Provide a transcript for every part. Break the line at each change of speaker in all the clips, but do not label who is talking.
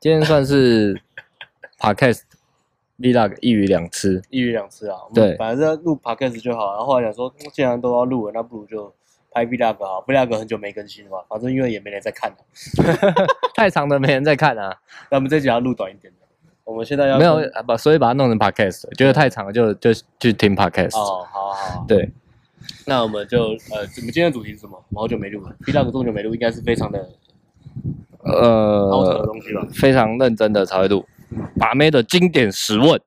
今天算是 podcast vlog 一鱼两吃，
一鱼两吃啊。我们
对
反正录 podcast 就好。然后后来想说，嗯既然都要录了，那不如就拍 vlog 好。vlog 很久没更新了嘛，反正因为也没人在看了。
太长的没人在看啊，
那我们这集要录短一点的。我们现在要
没有
跟
啊把，所以把它弄成 podcast，觉得太长了就就去听 podcast。
哦，好啊好啊。
对，
那我们就呃，我们今天的主题是什么？我好久没录了，vlog 这么久没录，应该是非常的好扯的
呃，
东西吧？
非常认真的才会录。把妹的经典十问，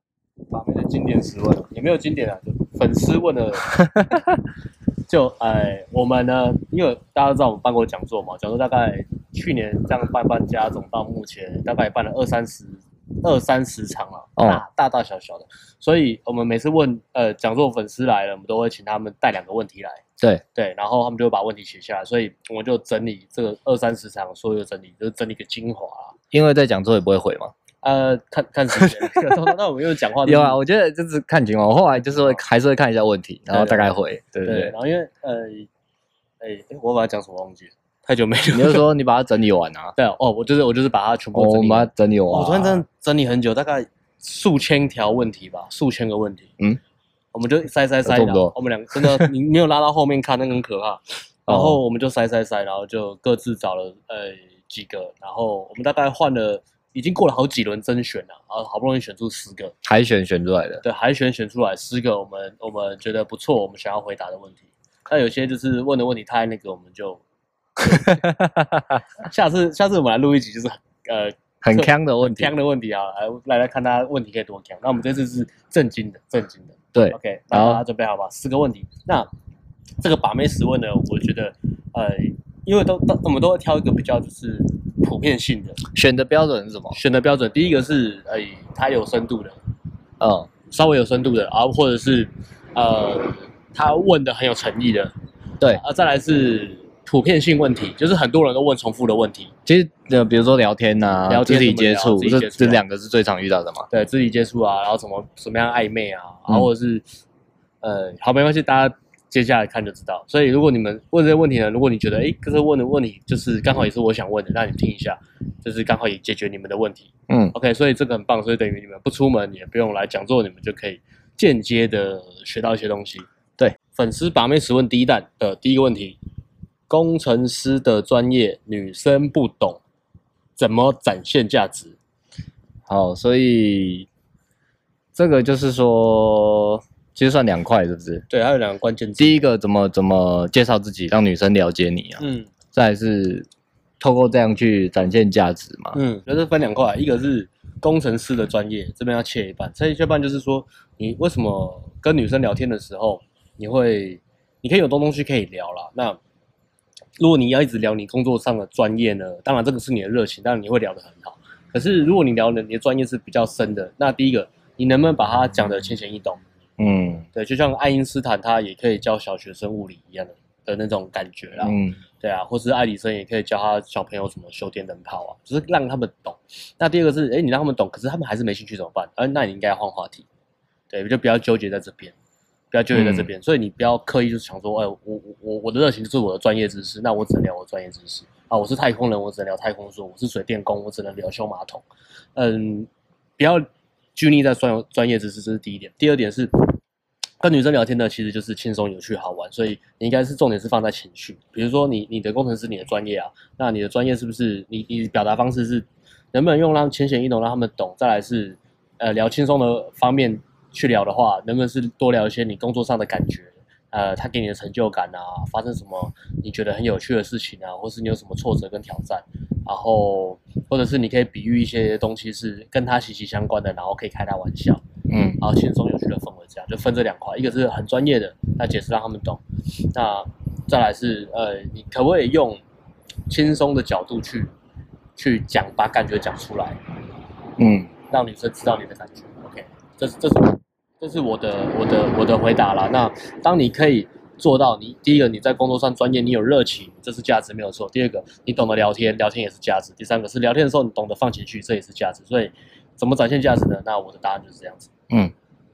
把妹的经典十问也没有经典啊，就粉丝 问的，就哎，我们呢，因为大家都知道我们办过讲座嘛，讲座大概去年这样办办加总到目前大概也办了二三十二三十场了、
哦
大大大小小的，所以我们每次问呃讲座粉丝来了，我们都会请他们带两个问题来，
对
对，然后他们就会把问题写下来，所以我们就整理这个二三十场所有的整理，就是整理一个精华啊、
因为在讲座也不会回嘛。
呃，看看时 间， 那我们又讲话都是
有啊，我觉得就是看情况，我后来就是会还是会看一下问题，然后大概回。对
对，
对
然，后因为呃，哎、哎我把它讲什么忘记了，太久没
你
录
就
了。，
说你把它整理完啊
对哦，我 就是我就是把它全部
哦我
整
们
理
把
完。
它整理完。
我昨天真的整理很久，大概数千条问题吧，数千个问题。
嗯，
我们就塞塞塞
有这么多
的，我们两个真的你没有拉到后面看，那个很 可怕。然
哦
后我们就塞塞塞，然后就各自找了呃几个，然后我们大概换了，已经过了好几轮甄选了，然后好不容易选出十个，
海选选出来的，
对，海选选出来十个我们我们觉得不错，我们想要回答的问题。那有些就是问的问题太那个，我们就下次下次我们来录一集，就是呃
很坑的问题
强。的问题啊，来来来看大家问题可以多强。那我们这次是正经的，正经的。
对，
OK，那
好
大家准备好吧？十个问题。那这个把妹十问呢，我觉得呃，因为都都我们都会挑一个比较就是普遍性的
选的标准是什么？
选的标准。第一个是呃，它有深度的，
嗯，
稍微有深度的，啊，或者是呃，他问的很有诚意的，
对，
啊，再来是普遍性问题，就是很多人都问重复的问题，
其实呃，比如说聊天呐、
聊天
肢体
怎么
接
聊
触，
肢体
这
接触
这
啊
两个是最常遇到的嘛。
对，肢体接触啊，然后什么什么样暧昧啊，然
嗯
后或者是、呃，好，没关系，大家接下来看就知道。所以如果你们问这些问题呢，如果你觉得诶，这个问的问题就是刚好也是我想问的，那你听一下，就是刚好也解决你们的问题。
嗯，
OK，所以这个很棒，所以等于你们不出门也不用来讲座，你们就可以间接的学到一些东西。
对，
粉丝把妹十问第一弹的第一个问题：工程师的专业女生不懂，怎么展现价值？
好，所以这个就是说，其实算两块，是不是？
对，还有两个关键字。
第一个怎么怎么介绍自己，让女生了解你啊，
嗯
再来是透过这样去展现价值嘛。
嗯，就是分两块，一个是工程师的专业，这边要切一半，切一半就是说，你为什么跟女生聊天的时候，你会，你可以有多东西可以聊啦。那如果你要一直聊你工作上的专业呢，当然这个是你的热情，当然你会聊得很好。可是如果你聊的你的专业是比较深的，那第一个，你能不能把它讲得浅显易懂？
嗯
对，就像爱因斯坦他也可以教小学生物理一样的的那种感觉啦。
嗯，
对啊，或是爱迪生也可以教他小朋友怎么修电灯泡啊，就是让他们懂。那第二个是，哎，你让他们懂，可是他们还是没兴趣怎么办？呃，那你应该换话题，对，就不要纠结在这边，不要纠结在这边。所以你不要刻意就是想说，哎，我我我我的热情就是我的专业知识，那我只能聊我的专业知识啊，我是太空人，我只能聊太空说，我是水电工，我只能聊修马桶。嗯，不要拘泥在专有专业知识，这是第一点。第二点是。跟女生聊天呢，其实就是轻松、有趣、好玩，所以你应该是重点是放在情绪。比如说你你的工程师，你的专业啊，那你的专业是不是你你表达方式是能不能用让浅显易懂让他们懂？再来是呃聊轻松的方面去聊的话，能不能是多聊一些你工作上的感觉？呃，他给你的成就感啊，发生什么你觉得很有趣的事情啊，或是你有什么挫折跟挑战，然后或者是你可以比喻一些东西是跟他息息相关的，然后可以开他玩笑。
嗯，
然后轻松有趣的氛围，这样就分这两块，一个是很专业的，那解释让他们懂，那再来是呃，你可不可以用轻松的角度去去讲，把感觉讲出来，
嗯，
让女生知道你的感觉。OK，这是这是这是我的我的我的回答啦。那当你可以做到你，第一个你在工作上专业，你有热情，这是价值没有错；第二个你懂得聊天，聊天也是价值；第三个是聊天的时候你懂得放情绪，这也是价值。所以怎么展现价值呢？那我的答案就是这样子。
嗯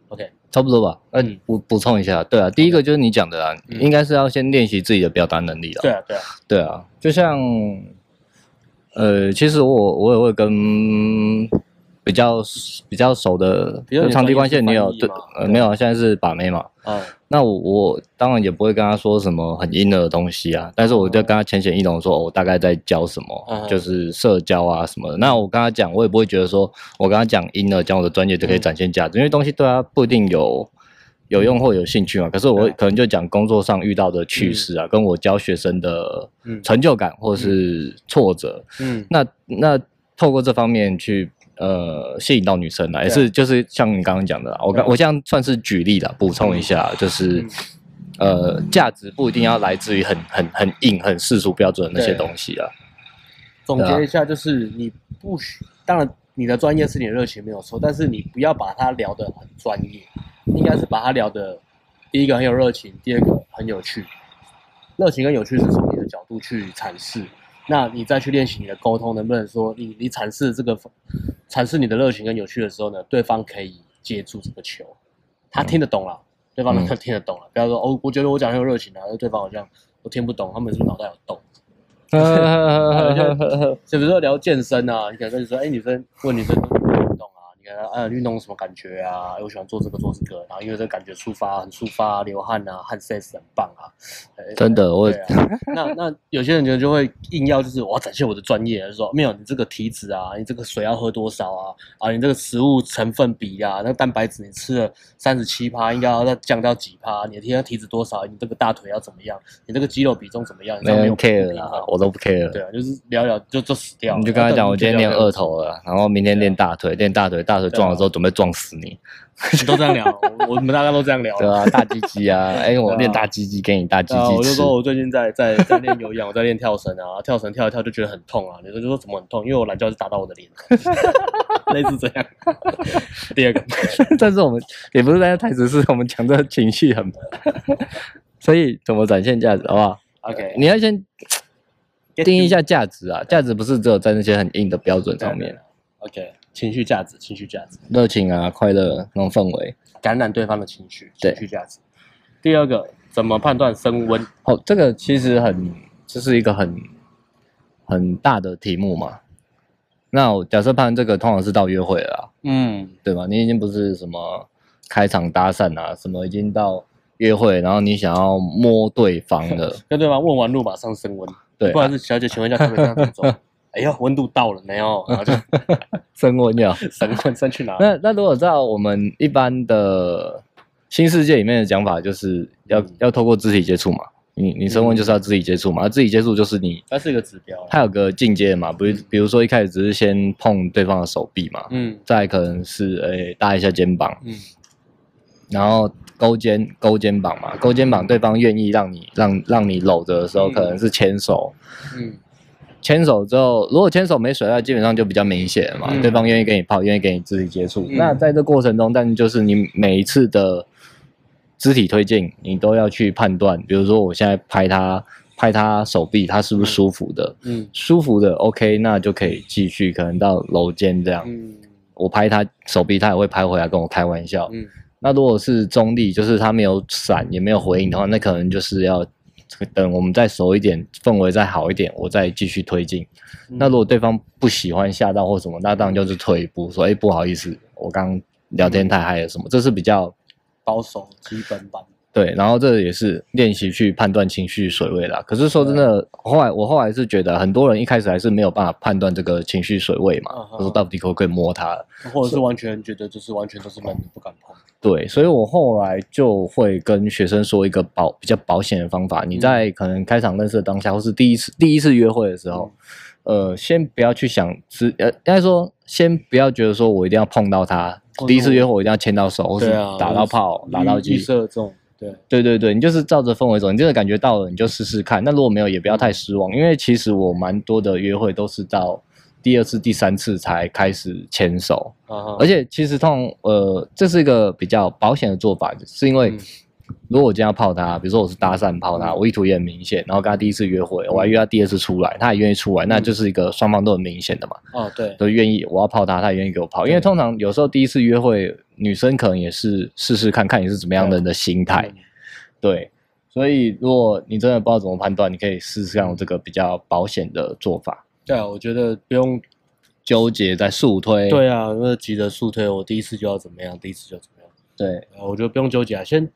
，OK。
差不多吧。那你
嗯
补补充一下，对啊，第一个就是你讲的啊，
嗯
应该是要先练习自己的表达能力啊。
对啊，对啊，
对啊，就像呃，其实我我也会跟比较比较熟的
比较有
长期关系的女友，
专业性
对
翻译嘛，
呃，没有啊，现在是把妹嘛。
嗯，
那我我当然也不会跟她说什么很阴的东西啊，但是我就跟她浅显易懂说，哦我大概在教什么，
嗯
就是社交啊什么的。那我跟她讲，我也不会觉得说我跟她讲阴的，讲我的专业就
嗯
可以展现价值，因为东西对她不一定有有用或有兴趣嘛。可是我会
对啊
可能就讲工作上遇到的趣事啊，跟我教学生的
嗯
成就感或是挫折。
嗯，
那那透过这方面去呃吸引到女生来，也
对啊
是就是像你刚刚讲的啦，我刚
对啊
我这样算是举例了，补充一下，就是
嗯
呃价值不一定要来自于很很很硬很世俗标准的那些
对
东西 啊，
总
对啊
结一下就是，你不许，当然你的专业是你的热情没有错，但是你不要把它聊得很专业，应该是把它聊得第一个很有热情，第二个很有趣。热情跟有趣是从你的角度去阐释，那你再去练习你的沟通，能不能说你你阐释这个阐释你的热情跟有趣的时候呢，对方可以接住这个球，
嗯
他听得懂了，对方能够听得懂了，不要说哦，我觉得我讲很有热情啊，但是对方好像我听不懂，他们是不是脑袋有洞？就比如说聊健身啊，你可能跟你说，哎、女生问女生说你运动啊，你看她啊运动什么感觉啊？哎我喜欢做这个做这个，然后因为这个感觉抒发很抒发，流汗啊，汗 sex 很棒啊，哎
真的我
对啊，那那有些人就就会硬要就是我要展现我的专业，就说没有你这个体脂啊，你这个水要喝多少啊，啊你这个食物成分比啊，那个蛋白质你吃了三十七趴，应该要再降到几趴？你的体体脂多少？你这个大腿要怎么样？你这个肌肉比重怎么样？你
没
这样
人
有不
care
平衡
啦，我都不 care
对。啊，就是聊聊就就死掉了。
你就跟他讲，我今天练
二
二头了，然后明天
啊
练大腿，练大腿，大腿撞了之后准备撞死你，
你都这样聊，我我们大家都这样 聊。
对啊，大鸡鸡 啊，哎，我
对啊
练大鸡鸡给你大鸡
对啊，
鸡
我就
吃，
说我最近在在在练有氧，我在练跳绳啊，跳绳跳一跳就觉得很痛啊。你说就说怎么很痛？因为我懒觉是打到我的脸， 类似这样。第二个，
但是我们也不是在台词，是我们讲的情绪很，所以怎么展现价值，好不好？
OK，
你要先
Get
定义一下价值啊，价值不是只有在那些很硬的标准上面，
OK，情绪价值，情绪价值，
热情啊、快乐那种氛围。
感染对方的情绪，
对
情绪价值。第二个，怎么判断升温？
哦，这个其实很，这是一个很很大的题目嘛。那我假设判这个通常是到约会了啊、
嗯，
对吧？你已经不是什么开场搭讪啊，什么已经到约会，然后你想要摸对方的，
跟对方问完路马上升温，
对
不，然是小姐，请问一下，这边怎么 走？哎呀，温度到了没有？然后就
升 温呀。
神棍升去哪？
那那如果照我们一般的新世界里面的讲法，就是要、
嗯
要透过肢体接触嘛。你你升温就是要肢体接触嘛，啊肢体接触就是你
它是一个指标啦。
它有个境界嘛，比如比如说一开始只是先碰对方的手臂嘛，
嗯
再可能是诶、搭一下肩膀，
嗯
然后勾肩勾肩膀嘛，勾肩膀对方愿意让你让让你搂着的时候，
嗯
可能是牵手，
嗯
牵手之后，如果牵手没水那基本上就比较明显了嘛，
嗯
对方愿意跟你泡，愿意跟你肢体接触。
嗯
那在这过程中，但就是你每一次的肢体推进，你都要去判断，比如说我现在拍他拍他手臂，他是不是舒服的？
嗯
舒服的 OK，那就可以继续，可能到楼间这样。
嗯
我拍他手臂，他也会拍回来跟我开玩笑。
嗯
那如果是中立，就是他没有闪也没有回应的话，那可能就是要等我们再熟一点，氛围再好一点，我再继续推进。那如果对方不喜欢吓到或什么，那当然就是退一步，说：“哎、不好意思，我刚聊天太嗨了什么。”这是比较
保守基本版，
对，然后这也是练习去判断情绪水位啦。可是说真的，后来我后来是觉得很多人一开始还是没有办法判断这个情绪水位嘛
嗯，
我
哼
说到底可不可以摸它？
或者是完全觉得就是完全都是闷的，不敢碰。
对，所以我后来就会跟学生说一个保比较保险的方法。
嗯
你在可能开场认识的当下，或是第一次第一次约会的时候，
嗯
呃，先不要去想只呃，应该说先不要觉得说我一定要碰到他
或，者
第一次
我
约会我一定要牵到手，或是
对啊
打到炮、打到
预
鸡。
设这种，对，
对对对，你就是照着氛围走，你真的感觉到了你就试试看。那如果没有也不要
嗯
太失望，因为其实我蛮多的约会都是到第二次、第三次才开始牵手。而
而
且其实通常呃，这是一个比较保险的做法，是因为
嗯
如果我今天要泡他，比如说我是搭讪泡他，
嗯
我意图也很明显，然后跟他第一次约会，我还约他第二次出来，他也愿意出来，
嗯
那就是一个双方都很明显的嘛，
哦对，
都愿意我要泡他，他也愿意给我泡。因为通常有时候第一次约会，女生可能也是试试看看你是怎么
啊
样的人的心
嗯
态，对。所以，如果你真的不知道怎么判断，你可以试试看我这个比较保险的做法。
对啊，我觉得不用。
纠结在速推。
对啊，那急着速推，我第一次就要怎么样，第一次就怎么样。
对
呃我觉得不用纠结啊，先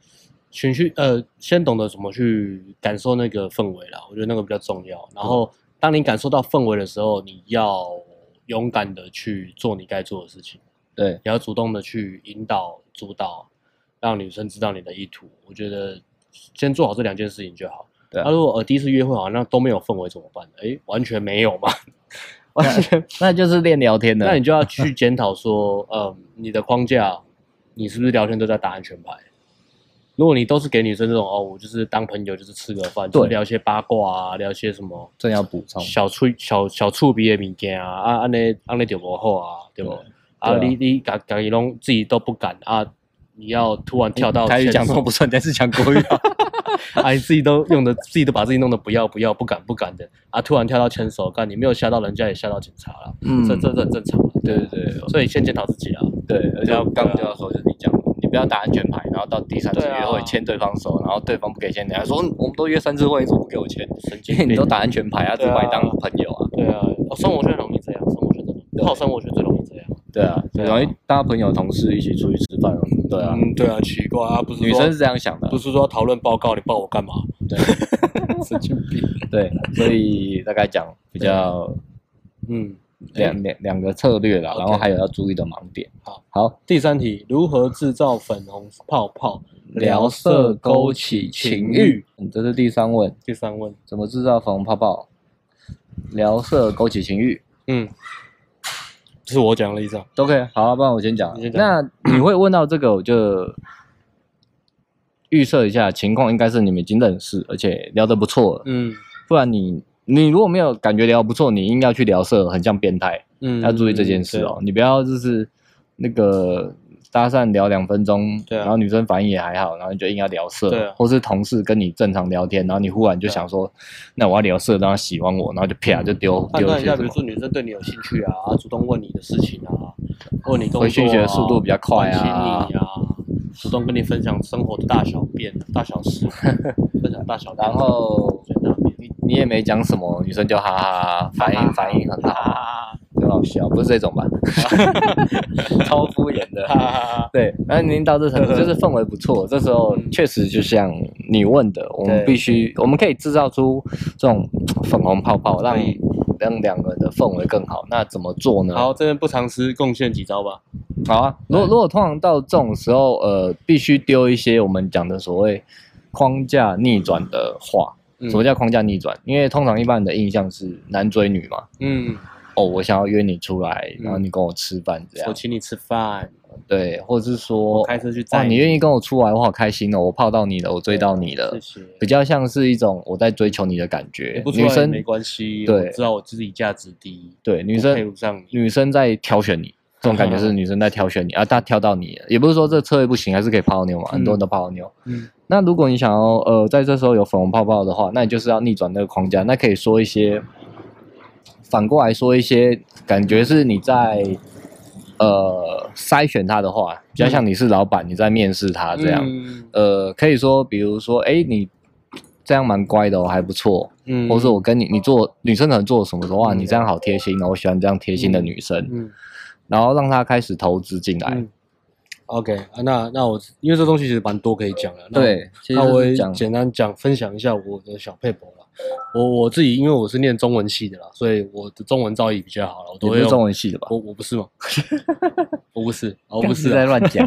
先去呃，先懂得怎么去感受那个氛围啦，我觉得那个比较重要。然后，
嗯
当你感受到氛围的时候，你要勇敢的去做你该做的事情，
对
也要主动的去引导、主导，让女生知道你的意图。我觉得先做好这两件事情就好。
对啊
那、如果呃第一次约会好像都没有氛围怎么办？哎，完全没有嘛，完全
那就是练聊天的。
那你就要去检讨说， 嗯，你的框架，你是不是聊天都在打安全牌？如果你都是给女生这种哦，我就是当朋友，就是吃个饭，
对
就是聊一些八卦啊，聊一些什么
正要补充，
小醋小小醋鼻的物件啊，啊，安尼安尼就不好啊，对不？
对
啊，
对啊
你你敢敢己拢自己都不敢啊，你要突然跳到
台语嗯
现
讲
实
错不算，你还是讲国语 啊。
啊，你自己都用的，自己都把自己弄得不要不要，不敢不敢的啊！突然跳到牵手，干你没有吓到人家，也吓到警察了，
嗯
这这这很正常啊。
对对对哦
所以先检讨自己啊。
对，而且我刚
对啊
教的时候就是你讲的，你不要打安全牌，然后到第三次
对啊
约会牵对方手，然后对方不给牵，你还说嗯我们都约三次会，你怎么不给我牵？
神
因为
经
你
病
都。打安全牌啊，只
对啊
把你当朋友啊，
对啊，哦，生活圈容易这样，生活圈真的靠生活圈最容易这样。
对啊，
对啊
容易当朋友、同事一起出去吃饭，对啊，
嗯，对啊，奇怪啊，不是
女生是这样想的，
是说讨论报告，你报我干嘛？
神经病。
对，所以大概讲比较
嗯，
两两两个策略啦，
OK
然后还有要注意的盲点。
好，
好，
第三题，如何制造粉红泡泡？
聊色勾起情欲，，嗯这是第三问，
第三问。
怎么制造粉红泡泡？聊色勾起情欲
嗯，是我讲了一张。
都可以。好啊，不然我先讲啊
你先。讲
那你会问到这个，我就预设一下情况，应该是你们已经认识，而且聊得不错了。
嗯
不然你你如果没有感觉聊不错，你硬要去聊色，很像变态。
嗯
要注意这件事哦，。你不要就是那个搭讪聊两分钟，
对啊
然后女生反应也还好，然后你就硬要聊色，
对啊
或是同事跟你正常聊天，然后你忽然就想说，那我要聊色，让她喜欢我，然后就啪就丢
嗯判
丢
断
一
一
些
下，
什
比
么
如。说女生对你有兴趣啊，主动问你的事情啊，问你工作、啊、
回讯息的速度比较快啊
关心你啊，主动跟你分享生活的大小便、大小 事，分享大小便，
然后
最大便
你你也没讲什么，女生就哈哈哈，反应反应很好，
啊
很好笑，不是这种吧？ 超敷衍的
哈。哈哈，
对，那您到这程度就是氛围不错，这时候
嗯
确实就像你问的，我们
对
必须，我们可以制造出这种粉红泡泡，让
可以
让两个人的氛围更好。那怎么做呢？
哎好，这边不藏私，贡献几招吧。
好啊，如果如果通常到这种时候，呃，必须丢一些我们讲的所谓框架逆转的话。
嗯
什么叫框架逆转？因为通常一般人的印象是男追女嘛。
嗯，
哦，我想要约你出来，
嗯
然后你跟我吃饭这样
我，请你吃饭，
对，或者是说
开车去载
哇，哦你愿意跟我出来，我好开心哦！我泡到你了，我追
啊
到你了
谢，谢。
比较像是一种我在追求你的感
你
觉。
不出
呃女
来也
生
没关系，
对
我知道我自己价值低，
对女
我配
生
不上你。
女生在挑选你，这种感 觉是女生在挑选你啊，她挑到你了，也不是说这策略不行，还是可以泡妞嘛，很多人都泡妞。
嗯
那如果你想要呃在这时候有粉红泡泡的话，那你就是要逆转那个框架，那可以说一些反过来说一些感觉是你在呃筛选他的话，比较像你是老板，你在面试他啊这样。
嗯
呃，可以说，比如说，哎，你这样蛮乖的哦，还不错。
嗯
或者是我跟你，你做女生可能做什么的话，
嗯
你这样好贴心哦，我喜欢这样贴心的
嗯
女生，
嗯。
然后让她开始投资进来。
嗯 OK，啊那那我因为这东西其实蛮多可以讲的。那，
对，其实
那我
就
也
是讲
简单讲分享一下我的小佩博啦。我我自己因为我是念中文系的啦，所以我的中文造诣比较好了。我
你
都
不
会
是
用
中文系的吧？
我我不是吗？ 我不是，哦我
干
不
你
是
在
啊，
乱讲。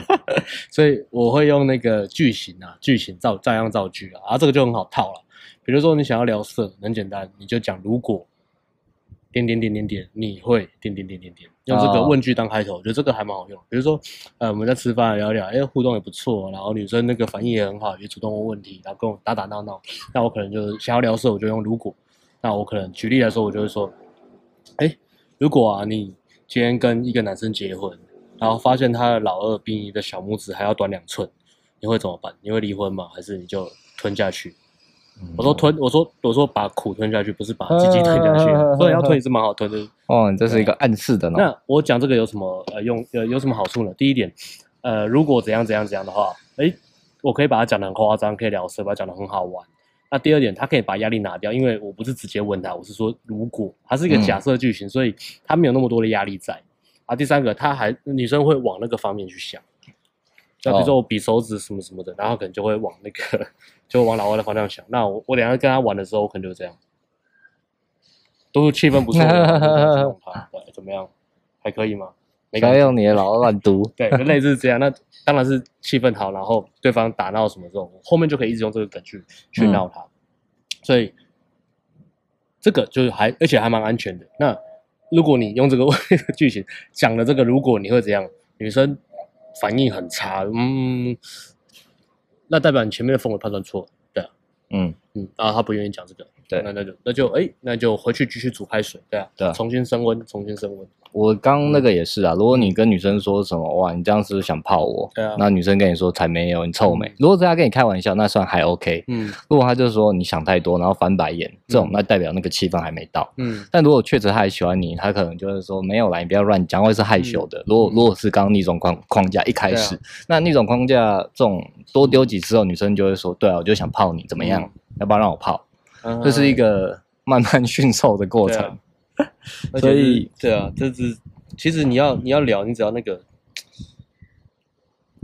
所以我会用那个句型啊，句型造照样造句啊，啊这个就很好套了。比如说你想要聊色，很简单，你就讲如果点点点点点，你会点点点点点，用这个
哦。
问句当开头，我觉得这个还蛮好用。比如说，呃，我们在吃饭聊一聊，哎，互动也不错，然后女生那个反应也很好，也主动问问题，然后跟我打打闹闹，那我可能就是想要聊色，我就用如果，那我可能举例来说，我就会说，哎，如果啊你今天跟一个男生结婚，然后发现他的老二比你的小拇指还要短两寸，你会怎么办？你会离婚吗？还是你就吞下去？ 我说吞，我说我说把苦吞下去，不是把鸡鸡吞下去所以要吞也是蛮好吞的。
哦，你这是一个暗示的呢。
那我讲这个有什么呃用呃有什么好处呢？第一点，呃，如果怎样怎样怎样的话，诶，我可以把它讲的很夸张，可以聊色，把它讲的很好玩。那第二点，他可以把压力拿掉，因为我不是直接问他，我是说如果，它是一个假设剧情，所以他没有那么多的压力在。啊，第三个，他还女生会往那个方面去想，那比如说我比手指什么什么的，然后可能就会往那个 就往老外的方向想。那我我等一下跟他玩的时候，我可能就这样，都是气氛不错的，我就这样弄他对怎么样？还可以吗？没
不
感
要
觉
用你的老乱读，
对，就类似这样。那当然是气氛好，然后对方打闹什么这种，后面就可以一直用这个梗去去
嗯
闹他。所以这个就是还而且还蛮安全的。那如果你用这个 剧情讲了这个，如果你会怎样？女生反应很差，嗯，那代表你前面的氛围判断错了。对啊，
嗯，
嗯，然后他不愿意讲这个，
对
那那就那就哎、那就回去继续煮开水，对啊，
对啊
重新升温，重新升温，
我刚那个也
嗯
是啊。如果你跟女生说什么哇，你这样是不是想泡我？
对啊
那女生跟你说才没有，你臭美
嗯。
如果是她跟你开玩笑，那算还 OK。
嗯
如果她就说你想太多，然后翻白眼，这种那代表那个气氛还没到。
嗯，
但如果确实她还喜欢你，她可能就是说没有啦，你不要乱讲，或者是害羞的。如果如果是刚刚那种框框架一开始，
嗯对啊
那那种框架这种多丢几次后，女生就会说，对啊，我就想泡你，怎么样？
嗯
要不要让我泡？
嗯
这是一个慢慢驯兽的过程。
而且
所
是
以
对啊，这是其实你要你要聊，你只要那个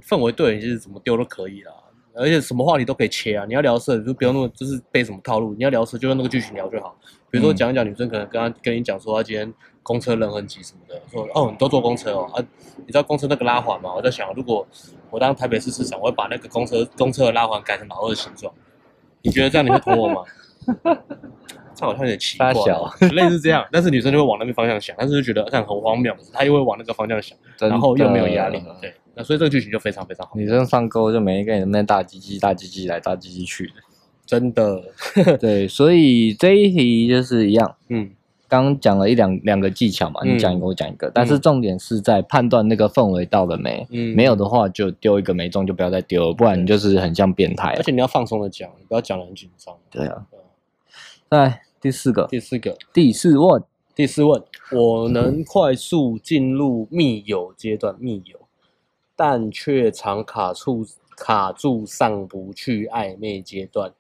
氛围对，你是怎么丢都可以啦。而且什么话题都可以切啊，你要聊色你就不要那么就是背什么套路，你要聊色就用那个剧情聊就好。比如说
嗯
讲一讲女生可能跟她跟你讲说她今天公车人很挤什么的，说哦你都坐公车哦啊，你知道公车那个拉环吗？我在想如果我当台北市市长，我会把那个公车公车的拉环改成老二的形状，你觉得这样你会捅我吗？这好像有点奇怪，
大小
类似这样，但是女生就会往那边方向想，但是就觉得这样很荒谬，她又会往那个方向想，
真
然后又没有压力
的，
对，那所以这个剧情就非常非常好，
女生上钩就每一个人在那边大鸡鸡大鸡鸡来大鸡鸡去的。
真的，
对，所以这一题就是一样，
嗯
刚讲了一两两个技巧嘛，
嗯
你讲一个我讲一个，但是重点是在判断那个氛围到了没。
嗯，
没有的话就丢一个没中就不要再丢了，不然你就是很像变态
而
了。
且你要放松的讲，你不要讲的很紧张。
对啊
对啊。
在第四个，
第四个，
第四问，
第四问，我能快速进入密友阶段，密友，但却常卡住卡住上不去暧昧阶段，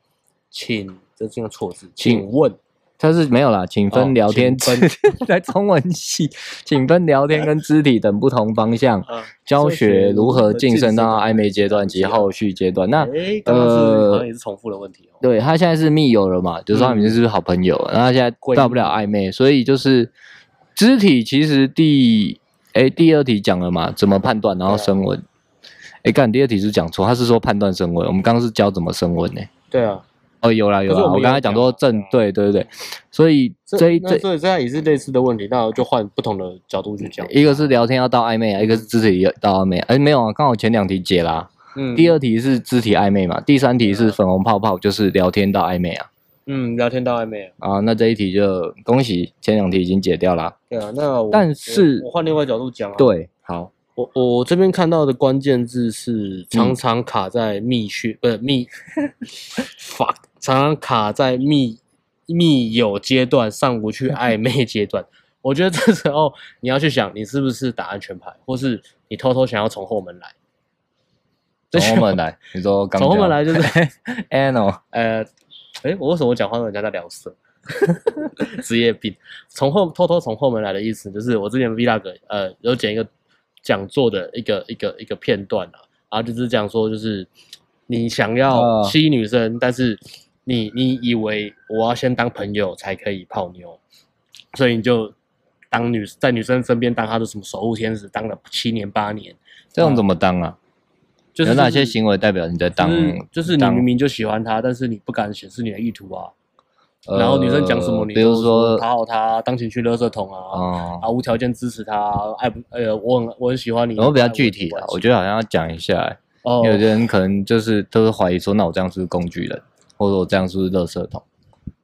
请这是个错字，请问
他是没有啦，请
哦
分聊天
请
肢
分
来中文系，请分聊天跟肢体等不同方向
啊
教学如何晋升到暧昧阶段及后续阶段。那
哎，刚刚是
呃
好像也是重复的问题哦。
对他现在是密友了嘛，就是说
嗯
他们就是好朋友，然后他现在到不了暧昧，所以就是肢体其实第哎第二题讲了嘛，怎么判断，然后
啊
升温。哎，干，第二题是讲错，他是说判断升温，我们刚刚是教怎么升温呢？
对啊，
哦，有啦有
可是
啦，
我们
我刚才
有
讲说
讲
正对对对对，所以这一
那
这
所以这样也是类似的问题，那我就换不同的角度去讲。
一个是聊天要到暧昧啊，一个是肢体要到暧昧啊。哎，没有啊，刚好前两题解啦、
嗯
第二题是肢体暧昧嘛，第三题是粉红泡泡，就是聊天到暧昧啊。
嗯，聊天到暧昧了。
啊，那这一题就恭喜，前两题已经解掉啦。
对啊，那我
但
我
是
我换另外角度讲啊。，
对，好，
我我这边看到的关键字是常常卡在蜜穴，不是蜜，fuck，常常卡在蜜密友阶段，上不去暧昧阶段。我觉得这时候你要去想，你是不是打安全牌，或是你偷偷想要从后门来？这
从
时
我
候
们来，你 说刚
从后门来就是
，ano，
呃，哎，我为什么讲话跟人家在聊色？ 职业病，从后偷偷从后门来的意思，就是我之前 vlog 呃有剪一个讲座的一个一个一个片段啊，然后就是讲说，就是你想要
啊
吸引女生，但是你你以为我要先当朋友才可以泡妞，所以你就当女在女生身边当她的什么守护天使，当了七年八年，
这种怎么当啊？
就是
有哪些行为代表你在当？
就是就是你
当
明明就喜欢他，但是你不敢显示你的意图啊。然后女生讲什么，
呃
你
比如
都
说
讨好她，当情绪垃圾桶啊，
哦，
啊，无条件支持她，爱不呃，我很我很喜欢你。
然后比较具体啊
啊，，
我觉得好像要讲一下欸，
哦
因为有些人可能就是都是怀疑说，那我这样是不是工具人，或者我这样是不是垃圾桶？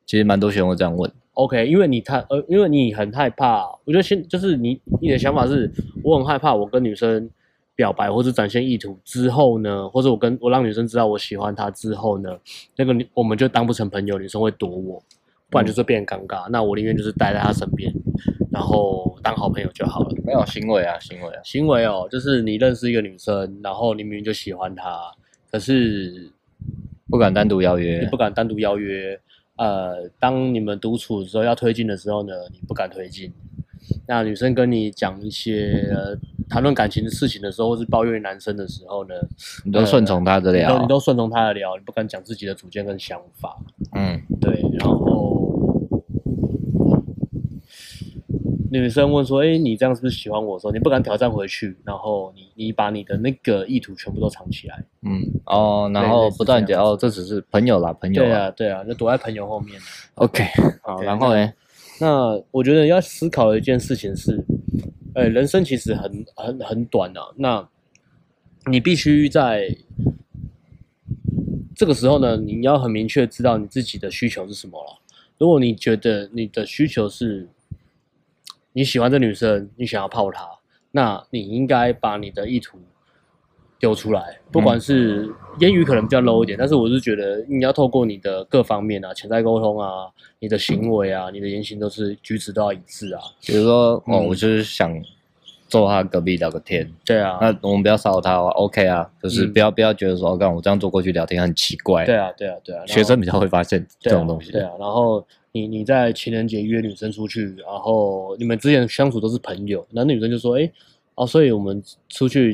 其实蛮多学生会这样问，
OK，因为你太呃，因为你很害怕，我觉得先就是你你的想法是，我很害怕我跟女生表白或者展现意图之后呢，或者我跟我让女生知道我喜欢她之后呢，那个女我们就当不成朋友，女生会躲我，不
嗯
然就是变尴尬。那我宁愿就是待在她身边，然后当好朋友就好了。
没有行为啊，行为啊，
行为哦，就是你认识一个女生，然后你明明就喜欢她，可是
不敢单独邀约
你不，敢单独邀约。呃，当你们独处的时候要推进的时候呢，你不敢推进。那女生跟你讲一些、呃、谈论感情的事情的时候，或是抱怨男生的时候呢，
你都顺从他的啊
你啊都你
了。
都顺从她的聊，你不敢讲自己的主见跟想法。
嗯，
对，然后女生问说：“哎，你这样是不是喜欢我？”说你不敢挑战回去，然后你你把你的那个意图全部都藏起来。
嗯哦，然
对
后
类似
不断
这
讲
样
哦，这只是朋友啦，朋友
对
啦。
啊，对啊，就躲在朋友后面。
OK，好，
对
然后呢？
那我觉得要思考的一件事情是，呃，人生其实很很很短啊。那你必须在这个时候呢，你要很明确知道你自己的需求是什么了。如果你觉得你的需求是你喜欢这女生，你想要泡她，那你应该把你的意图丢出来，不管
嗯
是言语可能比较 low 一点，但是我是觉得你要透过你的各方面啊，潜在沟通啊，你的行为啊，你的言行都是举止都要一致啊。
比如说，哦，
嗯
我就是想坐他隔壁聊个天，
对啊，
那我们不要骚扰他哦，OK 啊，就是
嗯
不要不要觉得说，哦，干我这样坐过去聊天很奇怪。
对啊，对啊，对啊。然后
学生比较会发现这
对啊
种东西。
对啊，然后你你在情人节约女生出去，然后你们之前相处都是朋友，那女生就说，哎，哦，所以我们出去，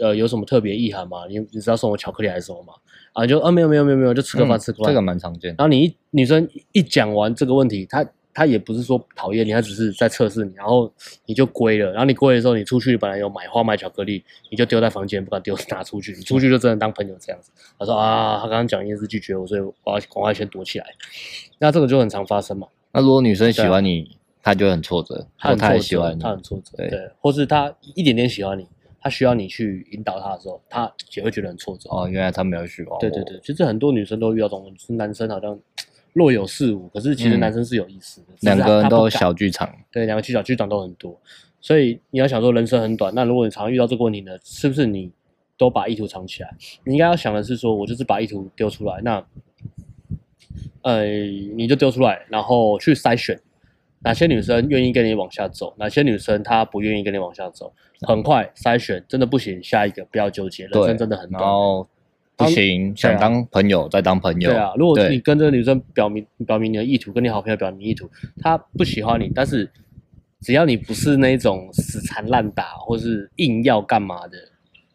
呃，有什么特别意涵吗？你你知道送我巧克力还是什么吗？啊，你就啊没啊有没有没有没有，就吃个
嗯
饭、吃个饭。
这个蛮常见的。
然后你一女生一讲完这个问题，她她也不是说讨厌你，她只是在测试你，然后你就归了。然后你归的时候，你出去本来有买花买巧克力，你就丢在房间，不敢丢 拿出去。你出去就真的当朋友这样子。她说啊，她刚刚讲一件事拒绝我，所以我要赶快先躲起来。那这个就很常发生嘛，
那如果女生喜欢你，她就会很挫折，
啊她
或
很
她也
挫
喜
折
欢，你
她。很挫折，
对
对，或是她一点点喜欢你，她需要你去引导她的时候，她也会觉得很挫折。
哦，原来她没有喜欢我。
对对对，其实很多女生都遇到这种问题，就是男生好像若有似无，可是其实
嗯
男生是有意思的，只是
两
他
个人
他不
都有
敢
小剧场，
对，两个去小剧场都很多，所以你要想说人生很短，那如果你常遇到这个问题呢，是不是你都把意图藏起来？你应该要想的是说，我就是把意图丢出来，那，呃，你就丢出来，然后去筛选哪些女生愿意跟你往下走，哪些女生她不愿意跟你往下走，很快筛选，真的不行，下一个不要纠结，人
对，
生真的很
然
短。
后不行，想当朋友再当朋友。
对啊，如果
对
你跟这个女生表明表明你的意图，跟你好朋友表明意图，她不喜欢你，但是只要你不是那种死缠烂打或是硬要干嘛的，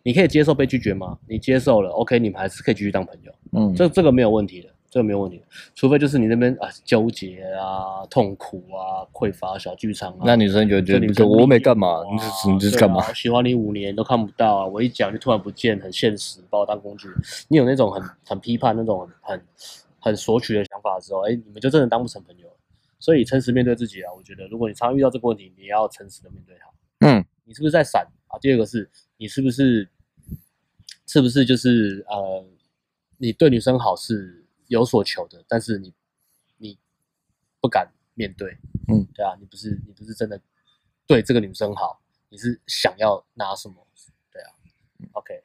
你可以接受被拒绝吗？你接受了，OK，你们还是可以继续当朋友，
嗯，
这这个没有问题的，这个没有问题的，除非就是你那边啊纠结啊、痛苦啊、匮乏小剧场啊。
那女生就
这
觉
女
得
生
就我没干嘛
哇，
你这你这是
对
干嘛
啊？我喜欢你五年都看不到啊！我一讲就突然不见，很现实，把我当工具。你有那种很很批判、那种很很很索取的想法的时候，哎，你们就真的当不成朋友了。所以诚实面对自己啊，我觉得如果你常遇到这个问题，你也要诚实的面对它。
嗯，
你是不是在闪啊？第二个是你是不是是不是就是呃，你对女生好是有所求的，但是你你不敢面对，
嗯，
对啊，你不是你不是真的对这个女生好，你是想要拿什么？对啊，OK，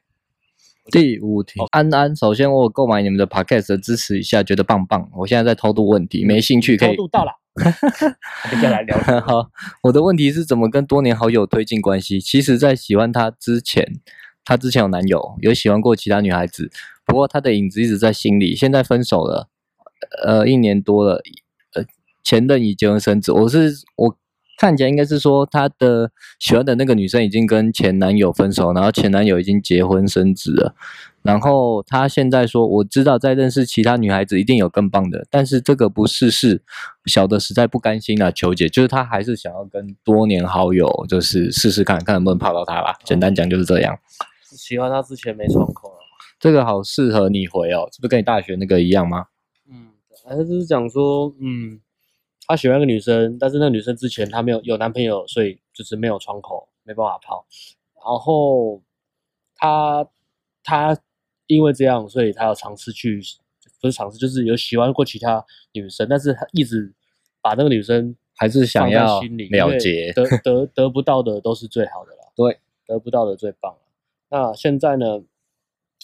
第五题，安安，首先我有购买你们的 podcast 支持一下，觉得棒棒。我现在在偷渡问题，没兴趣可
高
以。
度到了， 我们再来聊。
好，我的问题是怎么跟多年好友推进关系？其实，在喜欢他之前，他之前有男友，有喜欢过其他女孩子，不过他的影子一直在心里。现在分手了，呃，一年多了，呃，前任已结婚生子。我是我看起来应该是说，他的喜欢的那个女生已经跟前男友分手，然后前男友已经结婚生子了。然后他现在说，我知道在认识其他女孩子一定有更棒的，但是这个不是事。小的实在不甘心啊，求解，就是他还是想要跟多年好友，就是试试看看能不能泡到他吧。简单讲就是这样。
喜欢他之前没窗口啊，
这个好适合你回哦，这不是跟你大学那个一样吗？
嗯，还是讲说，嗯，他喜欢一个女生，但是那个女生之前她没有有男朋友，所以就是没有窗口，没办法泡。然后他他因为这样，所以他有尝试去，不是尝试，就是有喜欢过其他女生，但是他一直把那个女生
还是想
放在
要
心里因
了
为
结？
得得 得不到的都是最好的啦。
对，
得不到的最棒了。那现在呢，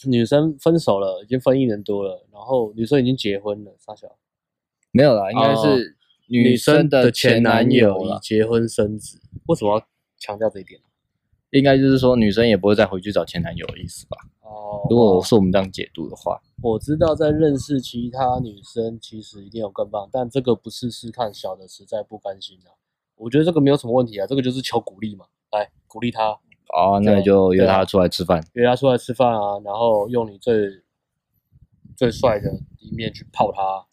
女生分手了，已经分一年多了，然后女生已经结婚了，傻小。
没有啦，应该
哦
是女
生
的
前
男啊
友
啦
已结婚生子，为什么要强调这一点呢？
应该就是说女生也不会再回去找前男友的意思吧？
哦
如果是我们这样解读的话，
我知道，在认识其他女生，其实一定有更棒，但这个不试试看，小的实在不甘心啊。我觉得这个没有什么问题啊，这个就是求鼓励嘛，来鼓励她，
哦，那
对
就约
对啊
她出来吃饭。
约她出来吃饭啊，然后用你最最帅的一面去泡她，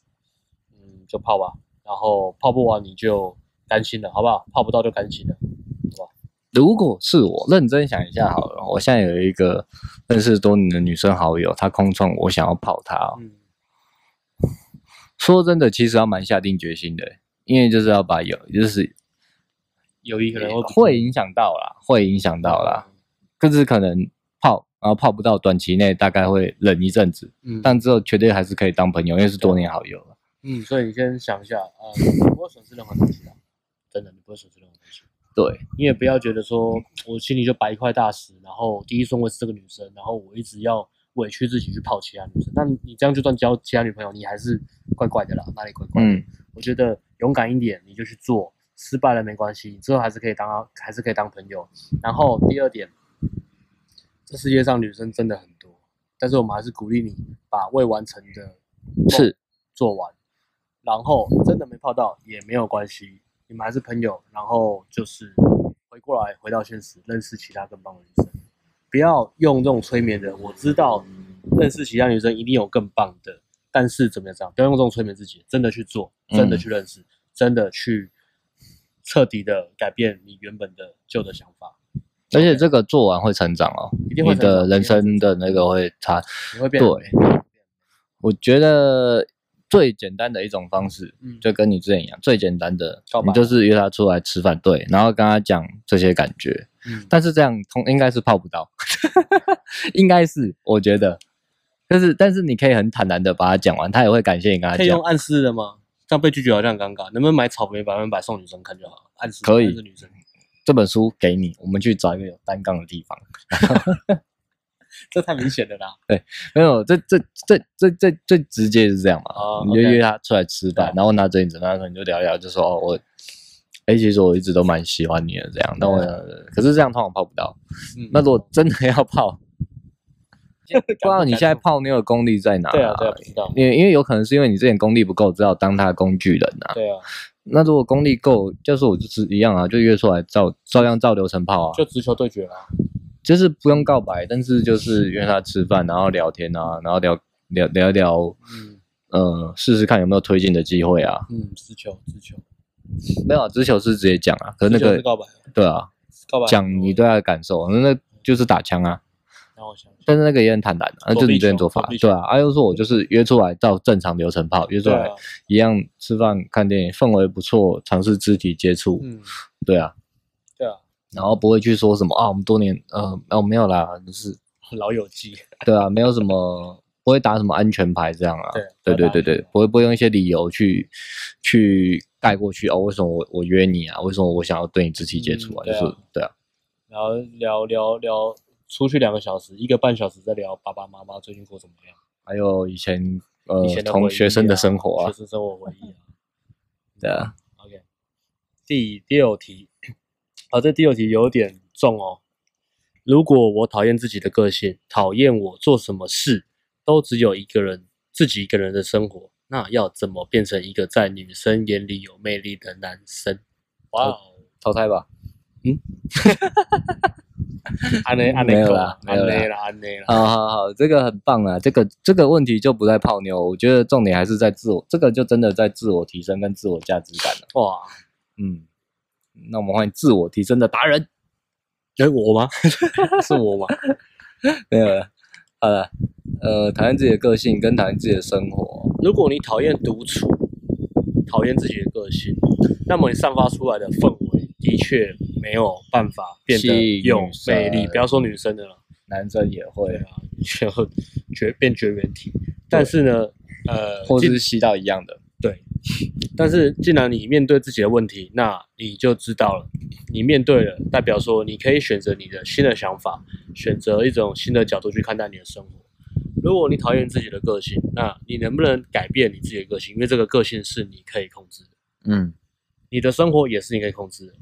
嗯，就泡吧，然后泡不完你就甘心了，好不好？泡不到就甘心了。
如果是我认真想一下好了，我现在有一个认识多年的女生好友，她空窗，我想要泡她、哦。
嗯，
说真的，其实要蛮下定决心的，因为就是要把有，就是
友谊可能
会影响到啦，会影响到啦，。就是可能泡，然后泡不到，短期内大概会冷一阵子，
嗯，
但之后绝对还是可以当朋友，因为是多年好友了。
嗯，所以你先想一下啊、你不会损失任何东西的，真的，你不会损失任何东西。
对，
你也不要觉得说我心里就摆一块大石，然后第一顺位是这个女生，然后我一直要委屈自己去泡其他女生。那你这样就算交其他女朋友，你还是怪怪的啦，哪里怪怪的？
嗯，
我觉得勇敢一点，你就去做，失败了没关系，你之后还是可以当，还是可以当朋友。然后第二点，这世界上女生真的很多，但是我们还是鼓励你把未完成的
是
做完，然后真的没泡到也没有关系，你们还是朋友，然后就是回过来回到现实，认识其他更棒的女生，不要用这种催眠的。我知道认识其他女生一定有更棒的，但是怎么样怎么样，不要用这种催眠自己，真的去做，真
嗯
的去认识，真的去彻底的改变你原本的旧的想法，
而且这个做完会成长哦，
一定会
你
成长
的人生的那个会差。
你会变得
对我觉得最简单的一种方式，
嗯
就跟你之前一样，最简单的
告，白
你就是约他出来吃饭，对，然后跟他讲这些感觉。
嗯，
但是这样通应该是泡不到， 应该是我觉得。但是但是你可以很坦然的把它讲完，他也会感谢你跟他
可以哦
讲
用。暗示的吗？这样被拒绝好像很尴尬，能不能买草莓百分百送女生看就好了？暗示
可以
暗示女生。
这本书给你，我们去找一个有单杠的地方。
这太明显了啦。
没有，这这这这这最直接就是这样嘛。
哦
你就
OK
约他出来吃
对
饭，然后拿着你怎么样，你就聊聊，就说哦我，哎、其实我一直都蛮喜欢你的这样，但我、可是这样通常泡不到。
嗯
那如 果真的要泡，
不
不知道你现在泡妞的功力在哪、
对啊对啊，不知道。
因为因为有可能是因为你之前功力不够，只好当他的工具人啊。
对啊，
那如果功力够，就是我就是一样啊，就约出来照照样照流程泡啊，
就直球对决啦。
就是不用告白，但是就是约他吃饭，然后聊天啊，然后聊聊聊一聊，
嗯
呃，试试看有没有推进的机会啊。
嗯，直球直球，
没有啊，直球是直接讲啊，可是那
直球
个
是告白，
对啊，
告白
讲你对他的感受，那那就是打枪啊。
让我想想。
但是那个也很坦然啊，那就
躲
是
避
你这种
球
做法
躲避，球
对啊。阿、啊、又说我就是约出来到正常流程泡，约出
对
来
啊，
一样吃饭、看电影，氛围不错，尝试肢体接触，
嗯，
对啊。
对啊，
然后不会去说什么啊，我们多年呃哦没有啦，就是
老友记。
对啊，没有什么不会打什么安全牌这样啊，
对
对
不会
对
打
对
安全
对
牌，
不会不会用一些理由去去盖过去哦，为什么我我约你啊？为什么我想要对你肢体接触啊？
嗯对
就
啊
是对啊，
然后聊聊聊，出去两个小时，一个半小时在聊爸爸妈妈最近过怎么样，
还有以前呃
以前的
同
回忆
学生的
啊
生活
学
啊，
生生活回忆啊。
对啊，
OK，第六题，啊，这第六题有点重哦。如果我讨厌自己的个性，讨厌我做什么事都只有一个人自己一个人的生活，那要怎么变成一个在女生眼里有魅力的男生？哇哦，
淘汰吧，
安内安内
没有
够
啦
安
没有啦
内啦安内啦，
啊好好好，这个很棒啊，这个这个问题就不在泡妞，我觉得重点还是在自我，这个就真的在自我提升跟自我价值感了，
哇，
嗯，那我们欢迎自我提升的达人，
哎、我吗？ 是我吗？
没有了，好了，呃，讨厌自己的个性跟讨厌自己的生活，
如果你讨厌独处，讨厌自己的个性，那么你散发出来的氛围的确没有办法变
吸
得
引
有
女生
魅力。不要说女生的了，
男生也
对
会，
啊，就绝变绝缘体。但是呢，呃，
或
既
是吸到一样的，
对，但是既然你面对自己的问题，那你就知道了，你面对了，代表说你可以选择你的新的想法，选择一种新的角度去看待你的生活。如果你讨厌自己的个性，那你能不能改变你自己的个性？因为这个个性是你可以控制的。
嗯，
你的生活也是你可以控制的。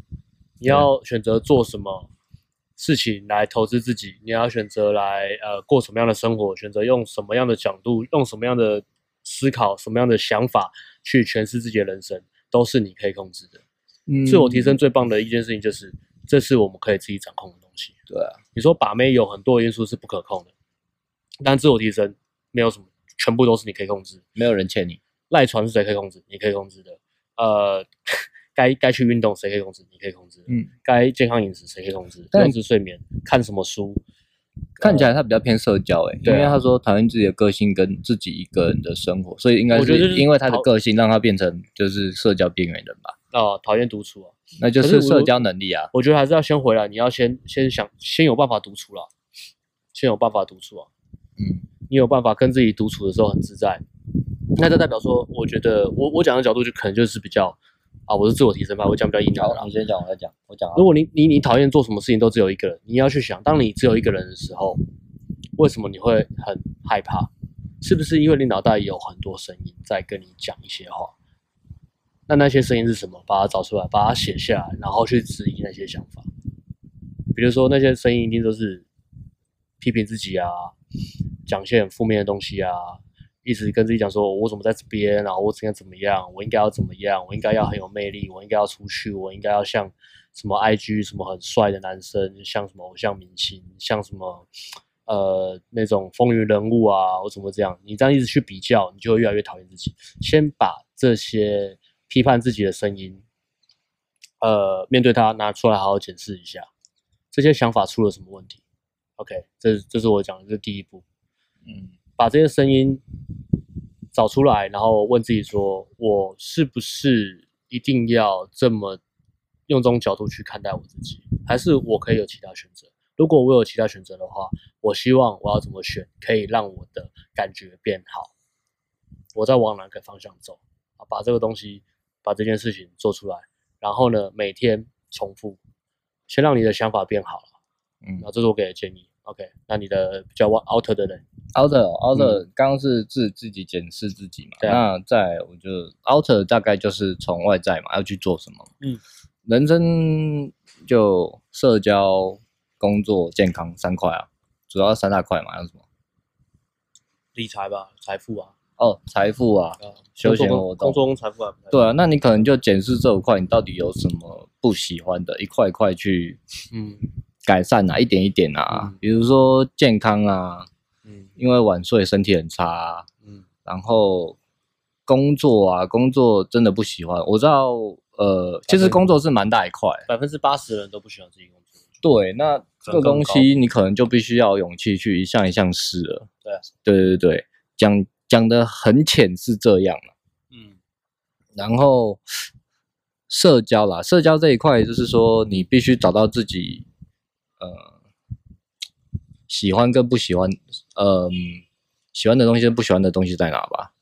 你要选择做什么事情来投资自己，你要选择来呃过什么样的生活，选择用什么样的角度，用什么样的思考，什么样的想法去诠释自己的人生，都是你可以控制的。
嗯
自我提升最棒的一件事情就是，这是我们可以自己掌控的东西。
对啊，
你说把妹有很多因素是不可控的，但自我提升没有什么，全部都是你可以控制的。
没有人欠你，
赖床是谁可以控制？你可以控制的。呃，该该去运动谁可以控制？你可以控制的。
嗯，
该健康饮食谁可以控制？
但
控制睡眠，看什么书，
看起来他比较偏社交诶、
对啊
因为他说讨厌自己的个性跟自己一个人的生活，所以应该
我觉得就是
是因为他的
讨
个性让他变成就是社交边缘人吧，
啊、讨厌独处啊。
那就
可
是
是我
社交能力啊，
我觉得还是要先回来，你要先先想，先有办法独处啦，先有办法独处啊。
嗯，
你有办法跟自己独处的时候很自在，那这代表说，我觉得我我讲的角度就可能就是比较啊，我是自我提升吧，我讲比较硬啊的啦
好，。你先讲，我再讲，我讲啊。
如果你你你讨厌做什么事情都只有一个人，你要去想，当你只有一个人的时候，为什么你会很害怕？是不是因为你脑袋有很多声音在跟你讲一些话？那那些声音是什么？把它找出来，把它写下来，然后去质疑那些想法。比如说那些声音一定都是批评自己啊，讲一些很负面的东西啊，一直跟自己讲说我怎么在这边，然后我怎样怎么样，我应该要怎么样，我应该要很有魅力，我应该要出去，我应该要像什么 IG 什么很帅的男生，像什么偶像明星，像什么呃那种风云人物啊，我怎么这样？你这样一直去比较，你就会越来越讨厌自己。先把这些批判自己的声音，呃，面对它拿出来好好检视一下，这些想法出了什么问题？OK，这这是我讲的这是第一步。
嗯，
把这些声音找出来，然后问自己说：我是不是一定要这么用这种角度去看待我自己？还是我可以有其他选择？如果我有其他选择的话，我希望我要怎么选，可以让我的感觉变好？我在往哪个方向走？啊，把这个东西，把这件事情做出来，然后呢，每天重复，先让你的想法变好了。
嗯
那这是我给的建议。OK，那你的比较 out 的人，
outer outer 刚刚是自自己检视自己嘛，
嗯对啊
那在我就 outer 大概就是从外在嘛，要去做什么，
嗯，
人生就社交、工作、健康三块啊，主要三大块嘛，还有什么？
理财吧，财富啊，
哦，财富啊，
啊，
休闲
工作
活动
工作跟财富啊，
对啊，那你可能就检视这五块，你到底有什么不喜欢的，一块一块去
嗯
改善啊，一点一点啊，
嗯
比如说健康啊，
嗯
因为晚睡身体很差、啊，
嗯
然后工作啊，工作真的不喜欢。我知道，呃，其实工作是蛮大一块。
百分之八十的人都不喜欢自己工作，
对，那这个东西你可能就必须要有勇气去一项一项试了。
对啊
对对对，讲讲的很浅是这样嘛。
嗯
然后社交啦，社交这一块就是说你必须找到自己，呃，喜欢跟不喜欢，呃，喜欢的东西跟不喜欢的东西在哪吧。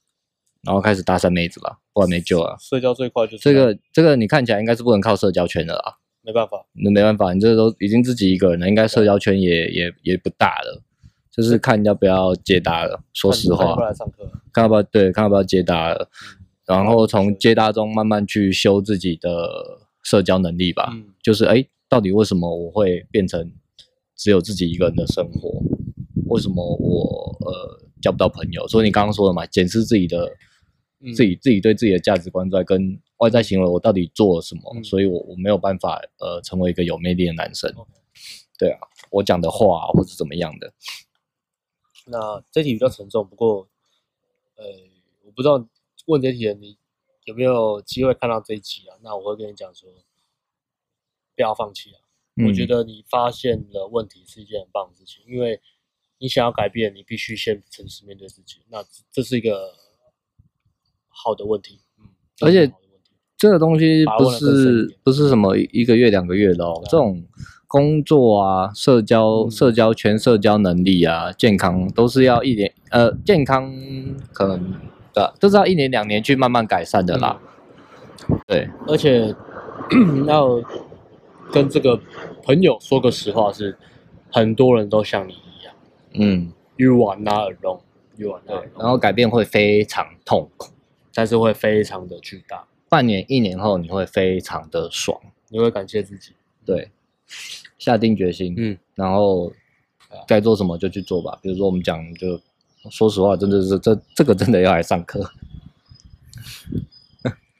然后开始搭讪妹子吧，不然没救了。
社交最快就是
这个这个你看起来应该是不能靠社交圈的啦，
没办法，
那没办法，你这都已经自己一个人了，应该社交圈也也也不大了，就是看人家不要接搭了。说实
看你不
话，
来上课，
看要不要对，看要不要接搭了，
嗯
然后从接搭中慢慢去修自己的社交能力吧。
嗯
就是哎，到底为什么我会变成只有自己一个人的生活？为什么我呃交不到朋友？所以你刚刚说的嘛，检视自己的、
嗯
自己自己对自己的价值观在跟外在行为，我到底做了什么？
嗯
所以我我没有办法呃成为一个有魅力的男生。
OK
对啊，我讲的话、或者怎么样的，
那这题比较沉重，不过呃，我不知道问这题的你有没有机会看到这一集啊？那我会跟你讲说，不要放弃啊。我觉
嗯
得你发现了问题是一件很棒的事情，因为你想要改变，你必须先诚实面对自己。那这这是一个好的问题，嗯，这
而
是一
且
个好的问题
这个东西
把
不
握得更深一
是
点
不是什么一个月两个月的哦，
对啊
这种工作啊、社交、
嗯
社交圈、社交能力啊、健康都是要一年呃，健康可能对啊，都是要一年两年去慢慢改善的啦。
嗯
对，
而且 要跟这个朋友说个实话是，很多人都像你一样
嗯，
，You are not alone。You are
对
not，alone，
然后改变会非常痛苦，
但是会非常的巨大，
半年一年后你会非常的爽。
你会感谢自己。
对，下定决心，
嗯，啊
然后该做什么就去做吧。比如说我们讲，就说实话，真的是这这个真的要来上课，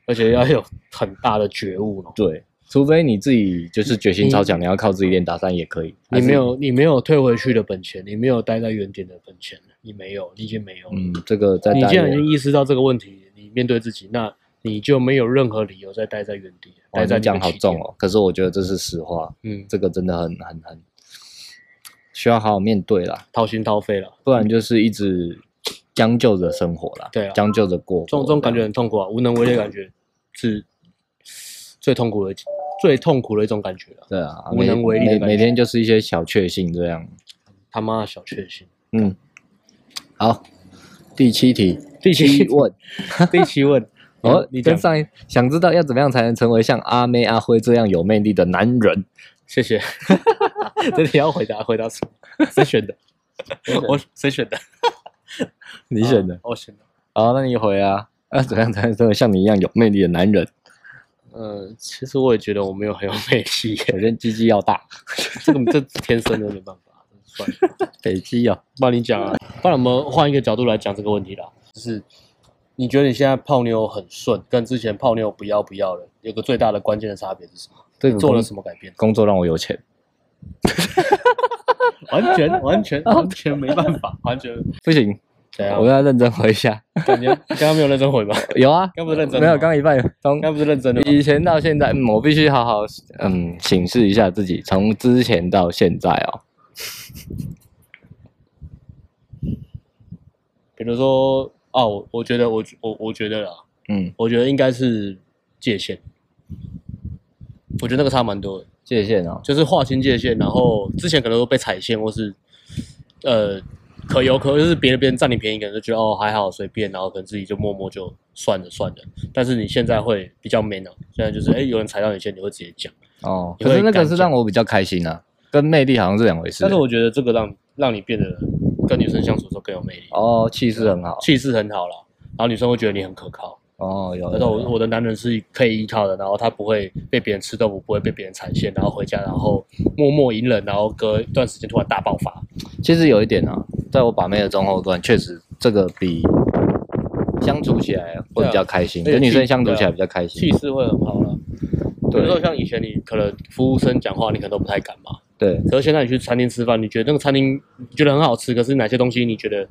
而且要有很大的觉悟哦。
对，除非你自己就是决心超强，你要靠自己练打散也可以。
你没有，你没有退回去的本钱，你没有待在原点的本钱，你没有，你已经没有了。
嗯，这个在
你
大哦
既然已
陆
经意识到这个问题，你面对自己，那你就没有任何理由再待在原地，
哇
待在
你
你的
讲好
起
重
点。
哦，可是我觉得这是实话，
嗯，
这个真的很很很需要好好面对啦，
掏心掏肺了，
不然就是一直将就着生活啦，
对啊
将就着过活
这种这种感觉很痛苦啊，无能为力的感觉是最痛苦的，最痛苦的一种感觉了。
对啊，
无能为力的
每
感觉
每每天就是一些小确幸这样。
他妈的小 确幸。
嗯，好，第七题，
第七
问，
第七问，嗯
哦，
你
跟
讲，
上一想知道要怎么样才能成为像阿妹、阿辉这样有魅力的男人？
谢 谢。这题要回答回答什么？谁 选的？我谁选的？
你选的
啊？我选的。
好，那你回啊。要怎么样才能成为像你一样有魅力的男人？
呃，其实我也觉得我没有很有魅力耶，
首先，鸡鸡要大，
这个这天生的没办法，算了。
北鸡哦。
不然你讲啊，不然我们换一个角度来讲这个问题啦，就是你觉得你现在泡妞很顺，跟之前泡妞不要不要了，有个最大的关键的差别是什么？
这个
做了
工
什么改变？
工作让我有钱，
完全完 全完全没办法，完 全
不行，
怎样
我？要认真回一下。
感觉刚刚没有认真回吧？
有啊，
刚不是认真的
没有，
吗
刚一半从
刚刚不是认真的吗？
以前到现在，嗯，我必须好好嗯审视一下自己，从之前到现在哦，
比如说啊，我我觉得我我我觉得啦，
嗯，
我觉得应该是界限，我觉得那个差蛮多的。
界限哦，
就是划清界限，然后之前可能都被踩线，或是呃可有可无，就是别人别人占你便宜，可能就觉得哦还好随便，然后可能自己就默默就算了算了。但是你现在会比较 man 啊，现在就是哎、有人踩到你线，你会直接讲。
哦，
你
可是
会
那个
敢
是
讲
让我比较开心啊，跟魅力好像是两回事。
但是我觉得这个让让你变得跟女生相处的时候更有魅力，
哦，气势很好
气势很好啦，然后女生会觉得你很可靠。
哦，有
而且我我的男人是可以依靠的，然后他不会被别人吃豆腐，不会被别人踩线，然后回家然后默默隐忍，然后隔一段时间突然大爆发。
其实有一点啊，在我把妹的中后段，确实这个比相处起来会比较开心，
对啊
跟女
对
生
气
相处起
对
来
啊
比较开心
气。啊势会很好了。比如说
对
像以前你可能服务生讲话，你可能都不太敢嘛。
对，
可是现在你去餐厅吃饭，你觉得那个餐厅你觉得很好吃，可是哪些东西你觉得，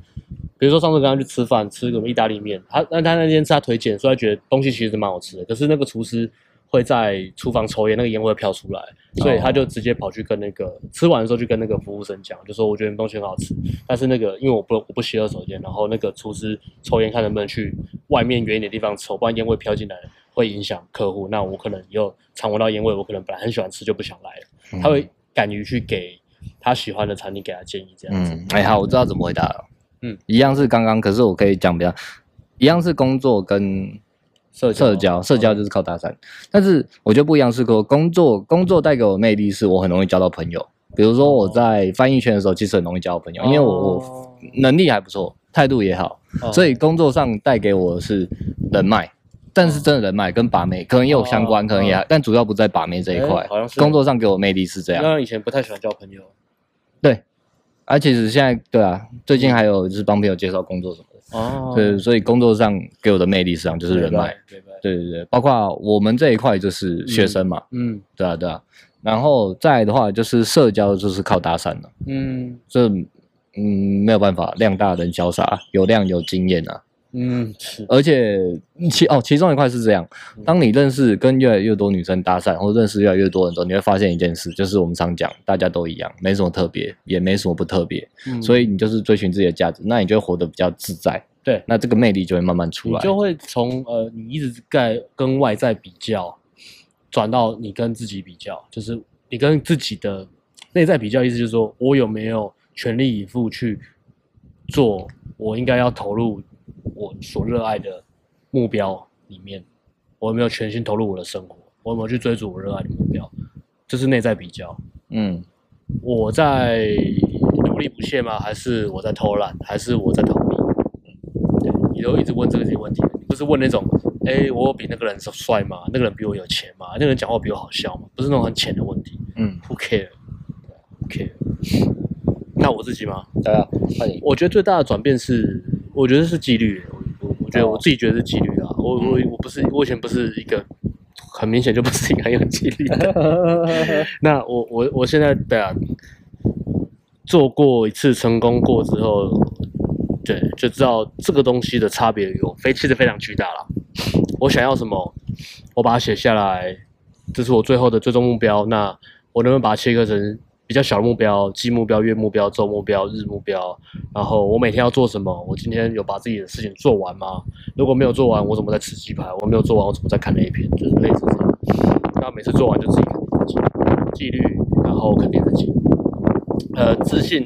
比如说上次跟他去吃饭，吃个意大利面，他那他那天是他推荐，所以他觉得东西其实蛮好吃的。可是那个厨师会在厨房抽烟，那个烟味会飘出来，所以他就直接跑去跟那个、吃完的时候就跟那个服务生讲，就说我觉得你东西很好吃，但是那个因为我不我不吸二手烟，然后那个厨师抽烟看能不能去外面远一点地方抽，不然烟味飘进来会影响客户。那我可能以后常闻到烟味，我可能本来很喜欢吃就不想来了。
嗯
他会敢于去给他喜欢的餐厅给他建议，这样子。
嗯，哎，好，我知道怎么回答了。
嗯，
一样是刚刚，可是我可以讲比较，一样是工作跟
社
社交，社交就是靠搭讪。但是我觉得不一样是说，工作工作带给我的魅力是我很容易交到朋友。比如说我
哦
在翻译圈的时候，其实很容易交到朋友，因为我我
我
能力还不错，态度也好，
我
所以工作上带给我的是人脉，但是真的人脉跟把妹可能也有相关，
哦
可能也还，但主要不在把妹这一块
哎好像。是
工作上给我魅力是这样，
那以前不太喜欢交朋友
对。而且是现在对啊，最近还有就是帮朋友介绍工作什么的，
嗯哦
对，所以工作上给我的魅力实际上就是人脉，，
对对，
对对对，包括我们这一块就是学生嘛，
嗯
对啊对啊，然后再来的话就是社交就是靠搭讪了，
嗯
这嗯没有办法，量大人潇洒，有量有经验啊，
嗯是，
而且其哦，其中一块是这样：当你认识跟越来越多女生搭讪，或认识越来越多人之后，你会发现一件事，就是我们常讲，大家都一样，没什么特别，也没什么不特别，所
以
以你就是追寻自己的价值，那你就会活得比较自在。
对
那这个魅力就会慢慢出
你
来。
就会从呃你一直在跟外在比较，转到你跟自己比较，就是你跟自己的内在比较，意思就是说我有没有全力以赴去做我应该要投入我所热爱的目标里面，我有没有全心投入我的生活，我有没有去追逐我热爱的目标，这是内在比较。
嗯，
我在努力不懈吗？还是我在偷懒？还是我在逃避？嗯对，你都一直问这些问题，你不是问那种，哎、我有比那个人帅吗？那个人比我有钱吗？那个人讲话比我好笑吗？不是那种很浅的问题，
嗯，
，Who care？Who care？那我自己吗？
对啊，快点，
我觉得最大的转变是，我觉得是几率。我我我觉得
哦
我自己觉得是几率啊。我我我不是，我以前不是一个很明显就不是一个很有纪律的人。那我我我现在对啊，做过一次成功过之后，对，就知道这个东西的差别有非其实非常巨大了。我想要什么，我把它写下来，这是我最后的最终目标。那我能不能把它切割成比较小的目标，季目标、月目标、周目标、日目标？然后我每天要做什么？我今天有把自己的事情做完吗？如果没有做完，我怎么在吃鸡排？我没有做完，我怎么在看 A 片？就是类似这样。那每次做完就自己肯定自己，纪律，然后肯定自己。呃，自信，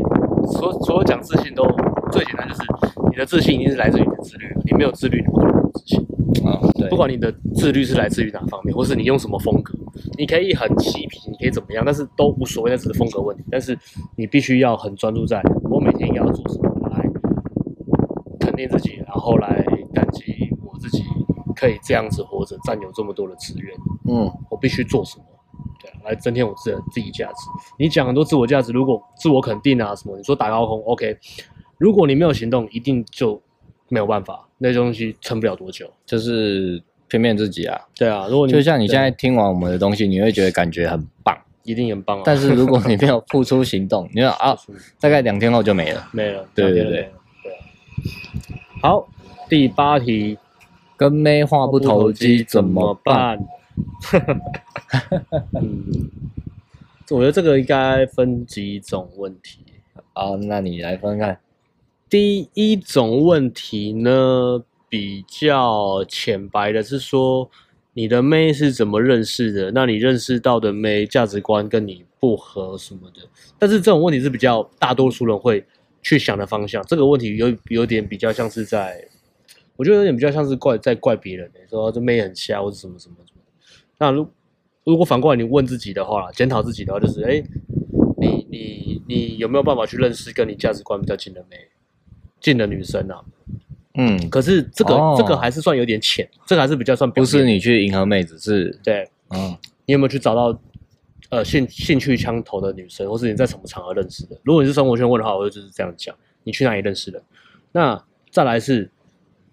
所所有讲自信都最简单，就是你的自信一定是来自于你的自律，你没有自律，你不可能有自信。
啊，对
不，管你的自律是来自于哪方面，或是你用什么风格，你可以很嬉皮，你可以怎么样，但是都无所谓，那只是风格问题。但是你必须要很专注在我每天要做什么来肯定自己，然后来感激我自己可以这样子活着，占有这么多的资源，
嗯，
我必须做什么。对啊，来增添我自己的自己价值。你讲很多自我价值，如果自我肯定啊什么，你说打高空，OK，如果你没有行动，一定就没有办法，那东西撑不了多久。
就是骗骗自己啊。
对啊，如果你
就像你
对
现在听完我们的东西，你会觉得感觉很棒，
一定很棒啊，
但是如果你没有付出行动，你就啊，大概两天后就没了。
没了，
对
没
对
了
对
没了对啊。好，第八题，
跟妹话不投机怎么办？？
嗯，我觉得这个应该分几种问题。
好，那你来分看。
第一种问题呢，比较浅白的是说，你的妹是怎么认识的？那你认识到的妹价值观跟你不合什么的？但是这种问题是比较大多数人会去想的方向。这个问题有有点比较像是在，我觉得有点比较像是怪在怪别人、欸，说这妹很瞎或者什么什么什么。那如如果反过来你问自己的话啦，检讨自己的话，就是哎、诶你你你有没有办法去认识跟你价值观比较近的妹？近的女生啊，
嗯，
可是这个、
哦
这个还是算有点浅，这个还是比较算表
不是
面
你去迎合妹子，是
对
嗯
你有没有去找到呃兴兴趣相投的女生，或是你在什么场合认识的？如果你是生活圈问的话，我就就是这样讲，你去哪里认识的？那再来是，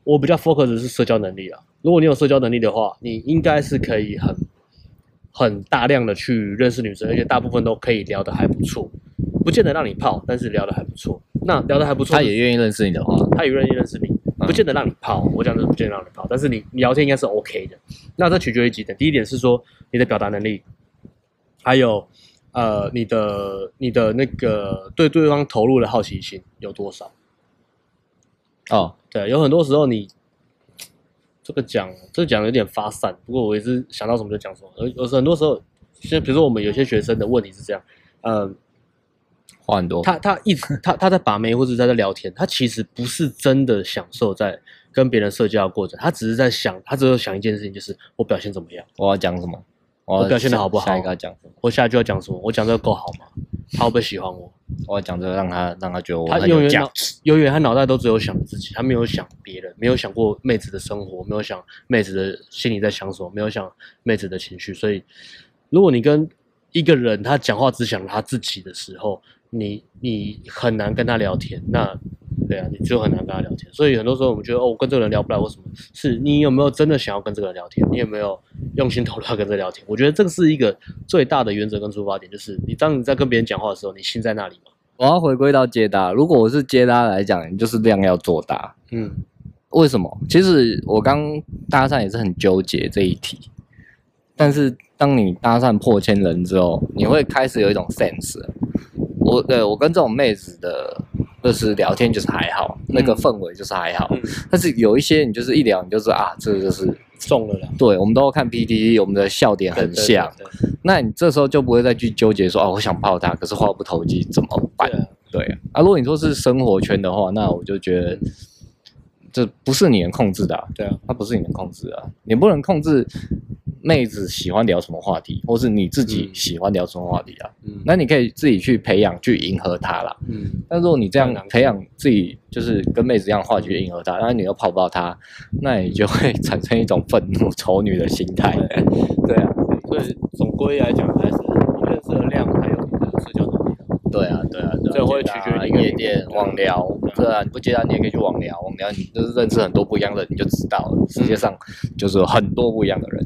我比较 focus 的是社交能力啊。如果你有社交能力的话，你应该是可以很很大量的去认识女生，而且大部分都可以聊得还不错，不见得让你泡，但是聊得还不错。那聊得还不错，
她也愿意认识你的话，
他也愿意认识你，不见得让你泡，我讲的是不见得让你泡，但是你聊天应该是 OK 的。那这取决于几点，第一点是说你的表达能力，还有呃你的你的那个对对方投入的好奇心有多少。
哦，
对，有很多时候你这个讲这个讲有点发散，不过我也是想到什么就讲什么。有有时很多时候，像比如说我们有些学生的问题是这样，嗯、
话很多。
他他一直他他在把妹或者在在聊天，他其实不是真的享受在跟别人社交的过程，他只是在想，他只有想一件事情，就是我表现怎么样，
我要讲什么？我
我表现得好不好
下一个要讲什么？
我下一句要讲什么，我讲这个够好吗？他会不会喜欢我？
我要讲这个让他让他觉得我
他
很
永
有
远
价
脑
值。
永远他脑袋都只有想自己，他没有想别人，没有想过妹子的生活，没有想妹子的心里在想什么，没有想妹子的情绪。所以，如果你跟一个人他讲话只想他自己的时候，你你很难跟他聊天。那对啊，你就很难跟他聊天。所以很多时候我们觉得哦，我跟这个人聊不来，为什么？是你有没有真的想要跟这个人聊天？你有没有用心投入要跟这个聊天？我觉得这个是一个最大的原则跟出发点，就是你当你在跟别人讲话的时候，你心在那里嘛。
我要回归到接搭，如果我是接搭来讲，就是量要做大。
嗯，
为什么？其实我刚搭讪也是很纠结这一题，但是当你搭讪破千人之后，你会开始有一种 sense 了。我对我跟这种妹子的，就是聊天就是还好，那个氛围就是还好。
嗯
但是有一些你就是一聊，你就是啊，这个就是
中了啦。
对，我们都看 PPT，我们的笑点很像。
对对
那你这时候就不会再去纠结说哦，我想泡她，可是话不投机怎么办
对？对啊
对啊啊，如果你说是生活圈的话，那我就觉得这不是你能控制的、啊，
对啊，
它不是你能控制的、啊，你不能控制妹子喜欢聊什么话题，或是你自己
嗯
喜欢聊什么话题啊。
嗯
那你可以自己去培养，去迎合她啦。
嗯
但如果你这样
当然
培养自己，就是跟妹子一样的话去迎合她，然后你又泡不到她，那你就会 产生一种愤怒仇女的心态。对啊，
所以总归来讲，还是我认识热量还有你的社交能力啊。
对啊，对啊，对啊
这会取
接
决于
搭
一个
夜
人
店、
对啊
网聊，对啊，你不接单你也可以去网聊，网聊你就是认识很多不一样的人，你就知道了，世界上就是有很多不一样的人，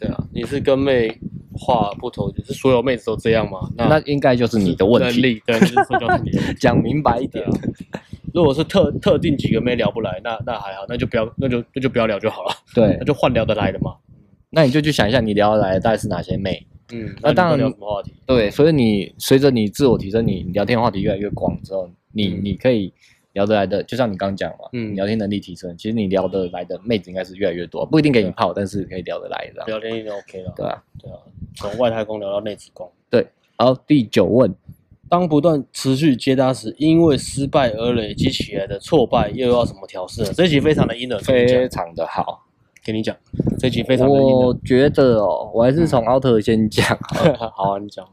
对啊，你是跟妹话不投机，是所有妹子都这样吗？
那应该就是你的问
能
题，
力对，就是社交能力。啊
讲明白一点。
如果是特特定几个妹聊不来，那那还好，那就不要，那就那就不要聊就好了，
对
那，就换聊得来的嘛。
那你就去想一下你聊得来的大概是哪些妹，
嗯，
那
那
当然
你都聊什么话题？
对，所以你随着你自我提升，你你聊天话题越来越广之后，你
嗯
你可以聊得来的，就像你刚讲嘛，
嗯
嗯，聊天能力提升，其实你聊得来的妹子应该是越来越多，不一定给你泡，但是可以聊得来这样，
聊天一定 OK 了，
对啊。
对啊，从外太空聊到内子宫。
好，第九问，
当不断持续接搭时，因为失败而累积起来的挫败，又要怎么调试呢？这一集非常的 i n n 跟你
非
讲，
常的好，
跟你讲，这一集非常的嗯 i n
我觉得哦，我还是从 outer 先讲好了，
n 好啊，你讲。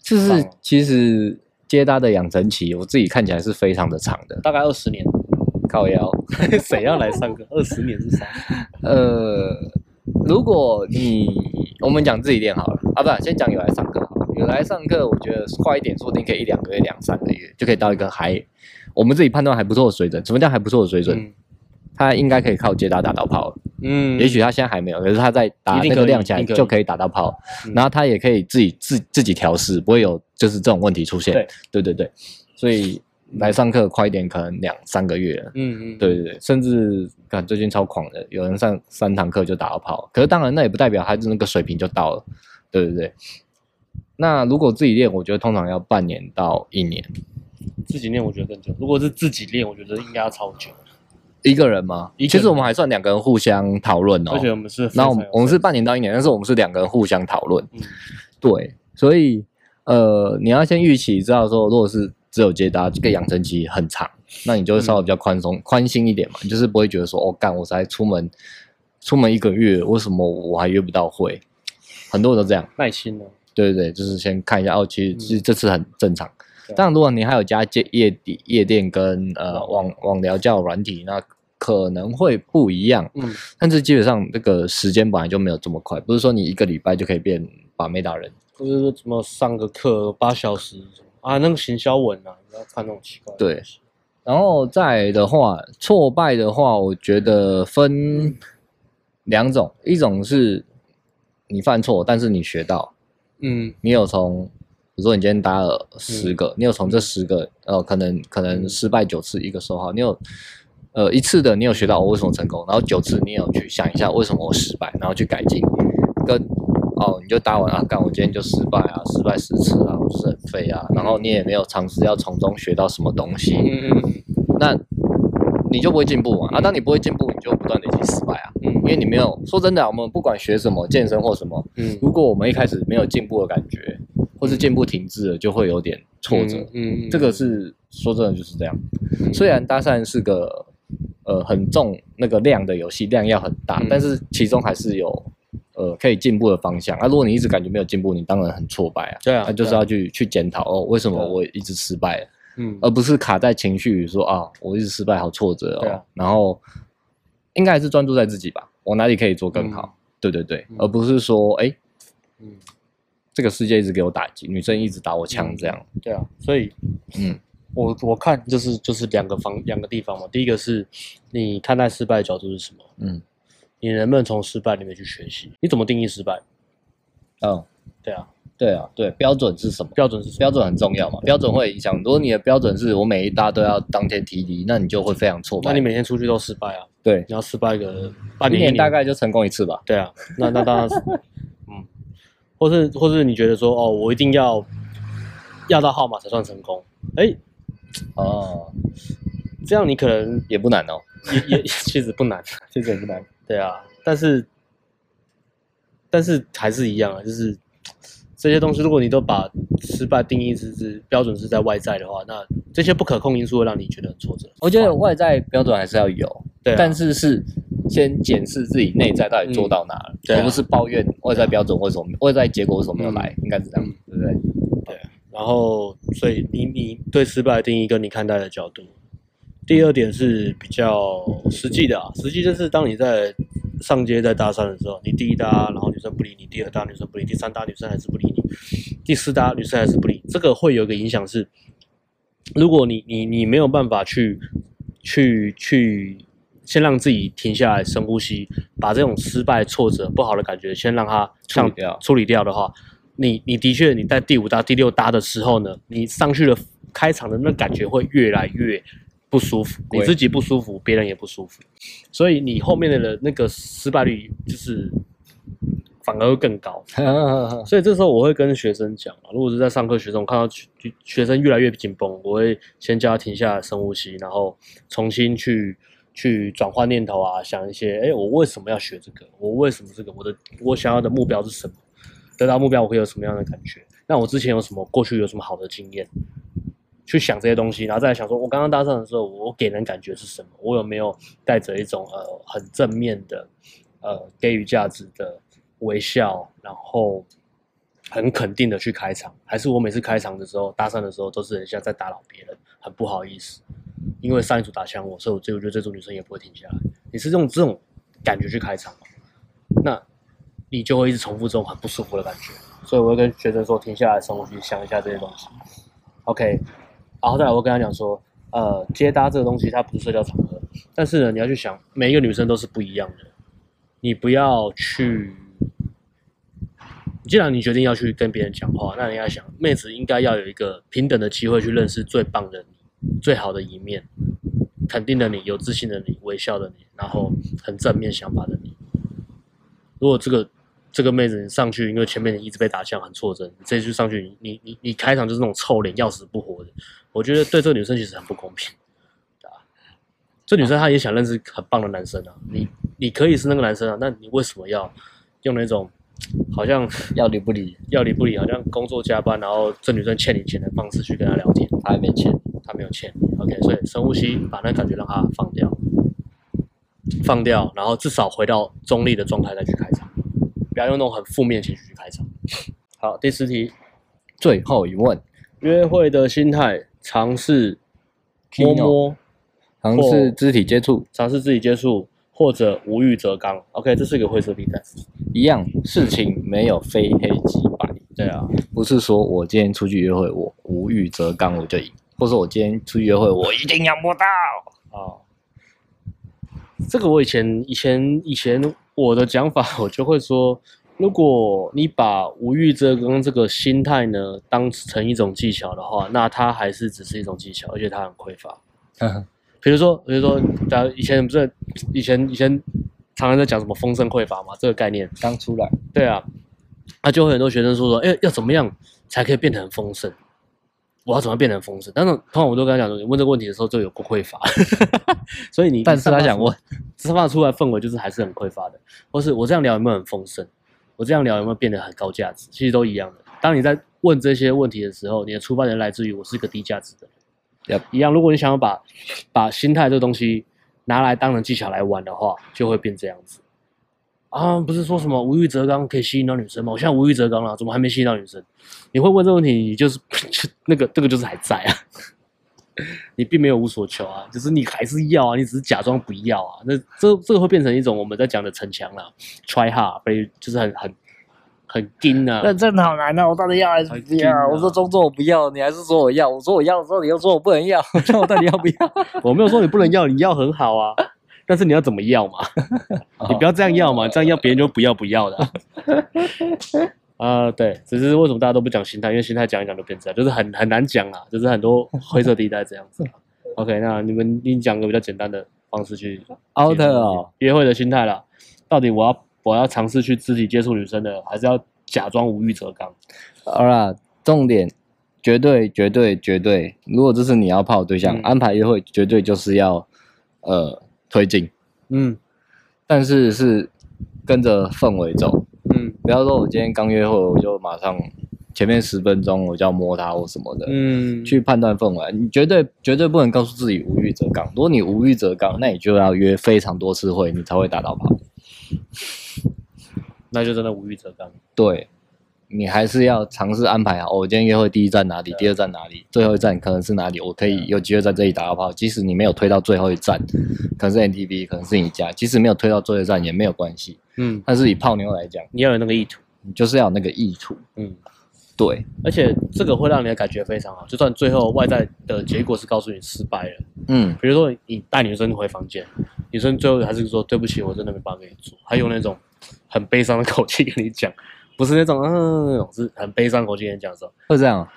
就是
棒哦
其实接搭的养成期，我自己看起来是非常的长的，
大概二十年，
靠腰，
谁要来上课？二十年是啥？
呃，如果你我们讲自己练好了啊，不，先讲有来上课好了。有来上课，我觉得快一点，说不定可以一两个月、两三个月就可以到一个还我们自己判断还不错的水准。什么叫还不错的水准？
嗯
他应该可以靠接打打到炮了。
嗯
也许他现在还没有，可是他在打
一定
那
可
个
以
量起来
一定可以
就可以打到炮，
嗯
然后他也可以自己自自己调试，不会有就是这种问题出现。
对
对对对，所以来上课快一点，可能两三个月了。
嗯嗯，
对对对，甚至看最近超狂的，有人上三堂课就打到炮，可是当然那也不代表他的那个水平就到了，对对对。那如果自己练，我觉得通常要半年到一年。
自己练我觉得更久。如果是自己练，我觉得应该要超久。
一个人吗？
一个
其
人
实我们还算两个人互相讨论哦
而。且我们是非常
那
有
我
分，
们我们是半年到一年，但是我们是两个人互相讨论。
嗯
对，所以呃，你要先预期知道说，如果是只有接搭，这个养成期很长，那你就会稍
嗯
微比较宽松、宽心一点嘛，你就是不会觉得说，哦，干，我才出门出门一个月，为什么我还约不到会？很多人都这样，
耐心呢，
对对对，就是先看一下哦，其实其实这次很正常。
嗯对啊
当然，如果你还有加接夜底夜店跟呃
网
网网聊交友软体，那可能会不一样。
嗯，
但是基本上这个时间本来就没有这么快，不是说你一个礼拜就可以变把妹达人。
或者说什么上个课八小时什么啊，那个行销文啊，不要看那种奇怪的
对
东西。
然后再来的话，挫败的话，我觉得分两种，一种是你犯错，但是你学到，
嗯
你有从，比如说你今天打了十个，你有从这十个，呃，可能可能
嗯
失败九次，一个收好，你有，呃，一次的你有学到我为什么成功，然后九次你有去想一下为什么我失败，然后去改进，跟哦，你就打完啊，干我今天就失败啊，失败十次啊，我就是很废啊，然后你也没有尝试要从中学到什么东西，
嗯嗯
那你就不会进步嘛。啊，当你不会进步，你就不断累积失败啊。因
嗯
为你没有说真的啊、我们不管学什么，健身或什么，
嗯
如果我们一开始没有进步的感觉，或是进步停滞了，就会有点挫折。
嗯，嗯嗯
这个是说真的就是这样。虽然搭讪是个呃很重那个量的游戏，量要很大，
嗯
但是其中还是有呃可以进步的方向。啊，如果你一直感觉没有进步，你当然很挫败啊。
对啊
那就是
对啊
要去去检讨哦，为什么
对啊
我一直失败了？
嗯
而不是卡在情绪说啊，我一直失败，好挫折哦。
对啊
然后应该还是专注在自己吧，我哪里可以做更好？对对对，
嗯
而不是说哎，
嗯
这个世界一直给我打击，女生一直打我枪这样。
对啊，所以
嗯，
我我看就是就是两个方两个地方嘛。第一个是你看待失败的角度是什么？
嗯，
你能不能从失败里面去学习？你怎么定义失败？
哦，
对啊，
对啊，对，标准是什么？
标准是什么？
标准很重要嘛，标准会影响。如果你的标准是我每一搭都要当天提离，那你就会非常挫
那你
败。
每天出去都失败啊？
对，
你要失败个半
一
年一
年大概就成功一次吧。
对啊，那那当 然是，嗯，或是或是你觉得说哦，我一定要要到号码才算成功，哎，
哦，
这样你可能
也不难哦。
也 也其实不难，
其实也不难。
对啊，但是但是还是一样啊，就是这些东西，如果你都把失败定义是是标准是在外在的话，那这些不可控因素会让你觉得很挫折。
我觉得外在标准还是要有，
对啊，
但是是先检视自己内在到底做到哪了，
对啊
而不是抱怨外在标准为什么、外在结果为什么没有来，应该是这样，
嗯
对不对？
然后，所以你你对失败的定义跟你看待的角度，第二点是比较实际的啊，实际就是当你在上街在搭讪的时候，你第一搭，然后女生不理你；第二搭女生不理，第三搭女生还是不理你，第四搭女生还是不理。这个会有一个影响是，如果你你你没有办法去去去先让自己停下来深呼吸，把这种失败、挫折、不好的感觉先让它
处
像
理掉
处理掉的话，你你的确你在第五搭、第六搭的时候呢，你上去的开场的那感觉会越来越不舒服，你
对
自己不舒服，别人也不舒服，所以你后面的人那个失败率就是反而会更高。
嗯
所以这时候我会跟学生讲啊，如果是在上课学生，我看到学学生越来越紧绷，我会先叫他停下来深呼吸，然后重新去去转换念头啊，想一些，哎，我为什么要学这个？我为什么这个？我的我想要的目标是什么？得到目标我会有什么样的感觉？那我之前有什么过去有什么好的经验？去想这些东西，然后再来想说，我刚刚搭讪的时候，我给人感觉是什么？我有没有带着一种呃很正面的呃给予价值的微笑，然后很肯定的去开场，还是我每次开场的时候搭讪的时候都是人家在打扰别人，很不好意思，因为上一组打枪我，所以我这我觉得这组女生也不会停下来。你是用这种感觉去开场吗，那你就会一直重复这种很不舒服的感觉。所以我会跟学生说，停下来深呼吸，想一下这些东西。OK，然后再来我会跟他讲说，呃，接搭这个东西它不是社交场合，但是呢，你要去想，每一个女生都是不一样的，你不要去。既然你决定要去跟别人讲话，那你要想，妹子应该要有一个平等的机会去认识最棒的你、最好的一面，肯定的你、有自信的你、微笑的你，然后很正面想法的你。如果这个这个妹子你上去，因为前面你一直被打枪，很挫折，你这一次上去，你你你你开场就是那种臭脸、要死不活的，我觉得对这个女生其实很不公平，对吧？这女生她也想认识很棒的男生啊，你你可以是那个男生啊，那你为什么要用那种好像
要理不理，
要理不理，好像工作加班，然后这女生欠你钱的方式去跟她聊天，
他还没钱。
她没有欠你，OK，所以深呼吸，把那感觉让她放掉，放掉，然后至少回到中立的状态再去开场，不要用那种很负面的情绪去开场。好，第十题，
最后一问，
约会的心态，尝试摸
Kino
摸，
好像是肢体接触
尝试自己接触，或者无欲则刚，OK，这是一个灰色地带。
一样，事情没有非黑即白。
对啊，
不是说我今天出去约会，我无欲则刚我就赢，或者我今天出去约会，我一定要摸到。
哦，这个我以前以前以前我的讲法，我就会说，如果你把无欲则刚这个心态呢当成一种技巧的话，那它还是只是一种技巧，而且它很匮乏。比如说，比如说，大家以前不是以前以前常常在讲什么丰盛匮乏嘛，这个概念，
刚出来，
对啊，那就会很多学生说说，哎、要怎么样才可以变得很丰盛？我要怎么样变得很丰盛？但是通常我都跟他讲说，你问这个问题的时候就有不匮乏， 所以你
但是他想
问。
问，
散发出来的氛围就是还是很匮乏的，或是我这样聊有没有很丰盛，我这样聊有没有变得很高价值，其实都一样的。当你在问这些问题的时候，你的出发点来自于我是个低价值的人。
Yep
一样，如果你想要把把心态这个东西拿来当成技巧来玩的话，就会变这样子。啊，不是说什么无欲则刚可以吸引到女生吗？我现在无欲则刚了、怎么还没吸引到女生？你会问这个问题，你就是 就那个这个就是还在啊。 你并没有无所求啊，就是你还是要啊，你只是假装不要啊。那这这个会变成一种我们在讲的逞强啦，try hard，被就是很很很硬啊。
那真的好难啊！我到底要还是不要？我说装作我不要，你还是说我要。我说我要的时候，你又说我不能要。那我到底要不要？
我没有说你不能要，你要很好啊，但是你要怎么 要嘛？你不要这样要嘛，这样要别人就不要不要 的啊。啊、对，只是为什么大家都不讲心态？因为心态讲一讲就变这样，就是很很难讲啊，就是很多灰色地带这样子啊。OK，那你们你讲个比较简单的方式去
out 哦，
约会的心态啦。到底我要我要尝试去肢体接触女生的，还是要假装无欲则刚？
好啦，重点绝对绝对绝对，如果这是你要泡的对象，
嗯
安排约会绝对就是要呃推进，
嗯
但是是跟着氛围走，
嗯
不要说我今天刚约会，我就马上前面十分钟我就要摸她或什么的，
嗯
去判断氛围，你绝对绝对不能告诉自己无欲则刚。如果你无欲则刚，那你就要约非常多次会，你才会打到跑。
那就真的无欲则刚。
对，你还是要尝试安排好。哦我今天约会第一站哪里，第二站哪里，最后一站可能是哪里，我可以有机会在这里打到炮。即使你没有推到最后一站，可能是 NTV，可能是你家，即使没有推到最后一站也没有关系。
嗯，
但是以泡妞来讲，
你要有那个意图，
你就是要有那个意图。
嗯，
对，
而且这个会让你的感觉非常好，就算最后外在的结果是告诉你失败了，
嗯，
比如说你带女生回房间，女生最后还是说对不起，我真的没办法给你做，她用那种很悲伤的口气跟你讲，不是那种嗯那种，是很悲伤的口气跟你讲的时候，
会这样啊。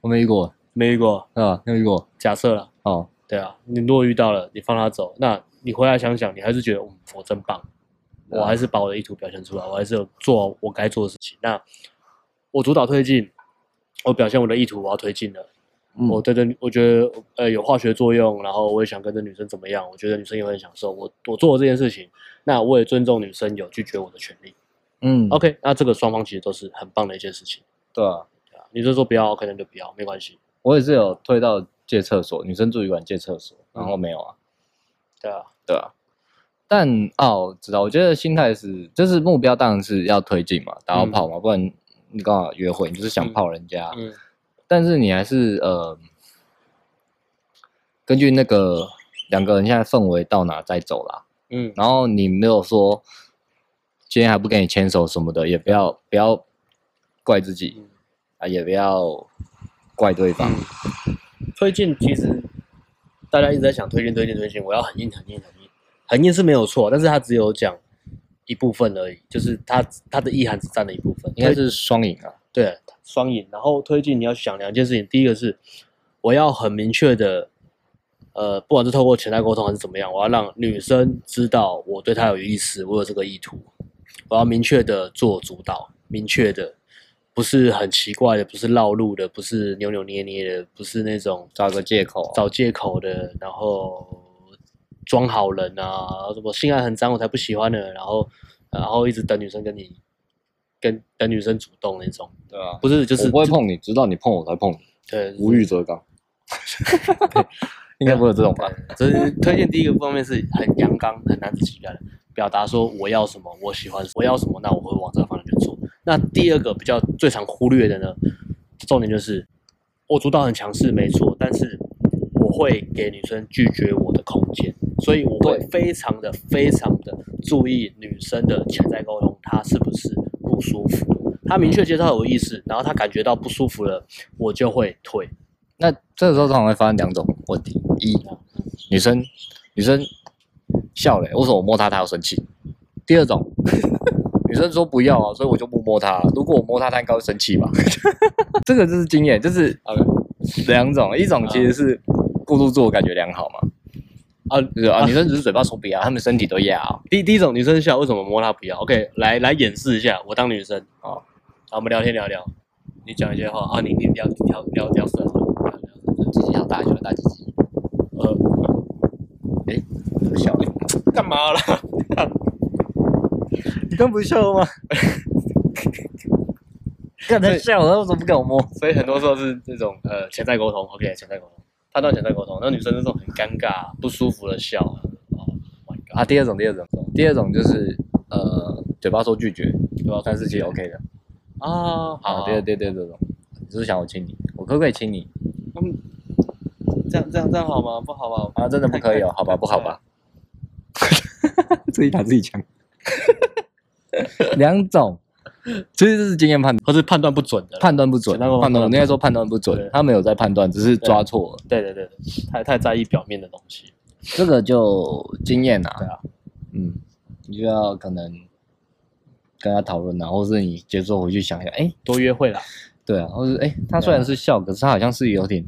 我没遇过，
没遇过，
是吧？没有遇过
假设了，
哦。
对啊，你如果遇到了，你放她走，那你回来想想，你还是觉得嗯我真棒，
对啊
我还是把我的意图表现出来，我还是有做我该做的事情，那我主导推进，我表现我的意图，我要推进了。
嗯
我对这，我觉得呃有化学作用，然后我也想跟这女生怎么样，我觉得女生也会很享受我我做的这件事情，那我也尊重女生有拒绝我的权利。
嗯
OK，那这个双方其实都是很棒的一件事情，
对啊，
对啊，女生说不要，OK，那就不要，没关系，
我也是有推到借厕所，女生住旅馆借厕所，然后没有啊。
对啊，
对啊，但哦，知道，我觉得心态是，就是目标当然是要推进嘛，打到炮嘛，不然你刚好约会，你就是想泡人家，
嗯
但是你还是呃，根据那个两个人现在氛围到哪再走啦，
嗯
然后你没有说今天还不跟你牵手什么的，也不要不要怪自己
嗯
啊，也不要怪对方，
嗯，推进其实大家一直在想推进推进推进，我要很硬很硬很硬，很硬是没有错，但是它只有讲一部分而已，就是它它的意涵只占了一部分，
应该是双赢啊，
对，双赢。然后推进你要想两件事情，第一个是我要很明确的，呃，不管是透过潜在沟通还是怎么样，我要让女生知道我对她有意思，我有这个意图，我要明确的做主导，明确的，不是很奇怪的，不是绕路的，不是扭扭捏捏的，不是那种
找个借口啊、
找借口的，然后装好人啊，什么性爱很脏我才不喜欢呢，然后然后一直等女生跟你。跟等女生主动那种，
对啊，
不是就是
我不会碰你，直到你碰我才碰你，
对，
无欲则刚。 应该不会有这种吧？
这是推荐第一个方面是很阳刚、很男子气概的，表达说我要什么，我喜欢什么我要什么，那我会往这个方向去做。那第二个比较最常忽略的呢，重点就是我主导很强势没错，但是我会给女生拒绝我的空间，所以我会
对
非常的、非常的注意女生的潜在沟通，她是不是不舒服。她明确接到我的意思，然后她感觉到不舒服了，我就会退。
那这个时候通常会发生两种问题：一，女生女生笑了，为什么我摸她她要生气？第二种，女生说不要啊，所以我就不摸她。如果我摸她，她应该会生气吧？ 这个就是经验，就是两种，一种其实是过度自我感觉良好嘛，
啊，
就是啊，女生只是嘴巴说不要，她们身体都要、
第第一种女生笑，为什么摸她不要？OK，来来演示一下，我当女生
好
好，好，我们聊天聊聊，你讲一些话啊，你你聊聊聊聊色好了，聊聊色
鸡鸡要大就要大鸡鸡，
呃，
不笑了。
干嘛啦？
你刚不是笑了 吗？刚才笑了，他为什么不给我摸？
所以很多时候是这种呃潜在沟通，OK，潜在沟通，判断潜在沟通，那女生那种很尴尬、啊不舒服的笑，哦，My God，
啊，第二种，第二种，第二种就是呃，嘴巴说拒绝，
对吧？
但是其实 OK 的。
啊，好，
对对对对对，你是不是想我亲你？我可不可以亲你？
这样这样这样好吗？不好吧？
啊，真的不可以 哦，好吧，不好吧？自己打自己枪。两种，其实这是经验判
或是判断不准的，
判断不准，
简单说
判断我应该说判断不准
对，
他没有在判断，只是抓错了。
对对对，对太太在意表面的东西，
这个就经验啊，
对啊，
嗯，你就要可能跟他讨论啊，或是你结束回去想想，哎，
多约会啦，
对啊，或是哎，他虽然是笑，可是他好像是有点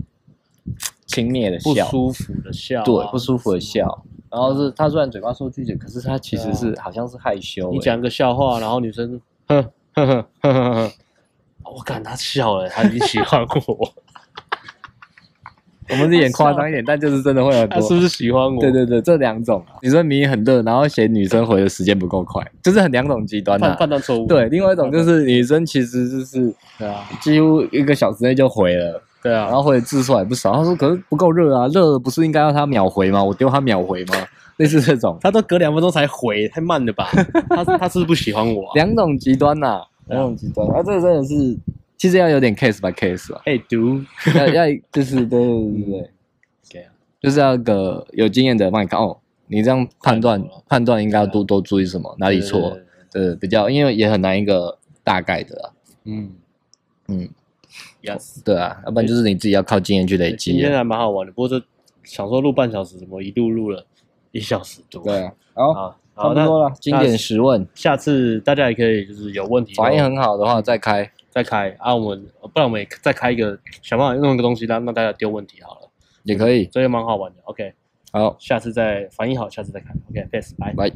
轻蔑的
不
笑，
舒服的笑啊，嗯
对，不舒服的笑。然后是他虽然嘴巴说拒绝，可是他其实是、好像是害羞、
啊你
欸
讲一个笑话，然后女生哼哼哼哼哼哼，我感她笑了，她已经喜欢我，
我们是演夸张一点，但就是真的会有很
她
多。
是不是喜欢我？
对对对，这两种啊，女生迷很热，然后嫌女生回的时间不够快，就是很两种极端
判
啊。
判断错误。
对，另外一种就是女生其实就是
对啊，
几乎一个小时内就回了，
对
然
啊，
后回的字数还不少。她说可是不够热啊，热了不是应该要她秒回吗？我丢她秒回吗？类似这种
她都隔两分钟才回，太慢了吧？她她是不是不喜欢我啊？
两种极端呐、
没有很极端啊，这个真的是
其实要有点 case by case 啊，
哎、读，
要要就是对对对对，
OK 啊，
就是要个有经验的帮你看哦，你这样判断
快速啊
判断应该要多多注意什么，哪里
对
错
对，对对
对，比较因为也很难一个大概的啊，
嗯
嗯，
，yes，
对啊，要不然就是你自己要靠经验去累
今
积
天
啊，
还蛮好玩的，不过这想说录半小时，怎么一路录了一小时多？
对啊，好，
啊，
差
好，
不
那
多了，
经典十问，
下次大家也可以就是有问题
反应很好的话再开，
再开啊，我们不然我们也再开一个，想办法弄一个东西让让大家丢问题好了，
也可以，
这也蛮好玩的。OK，
好，
下次再反应好，下次再看。OK，peace，、拜。
拜。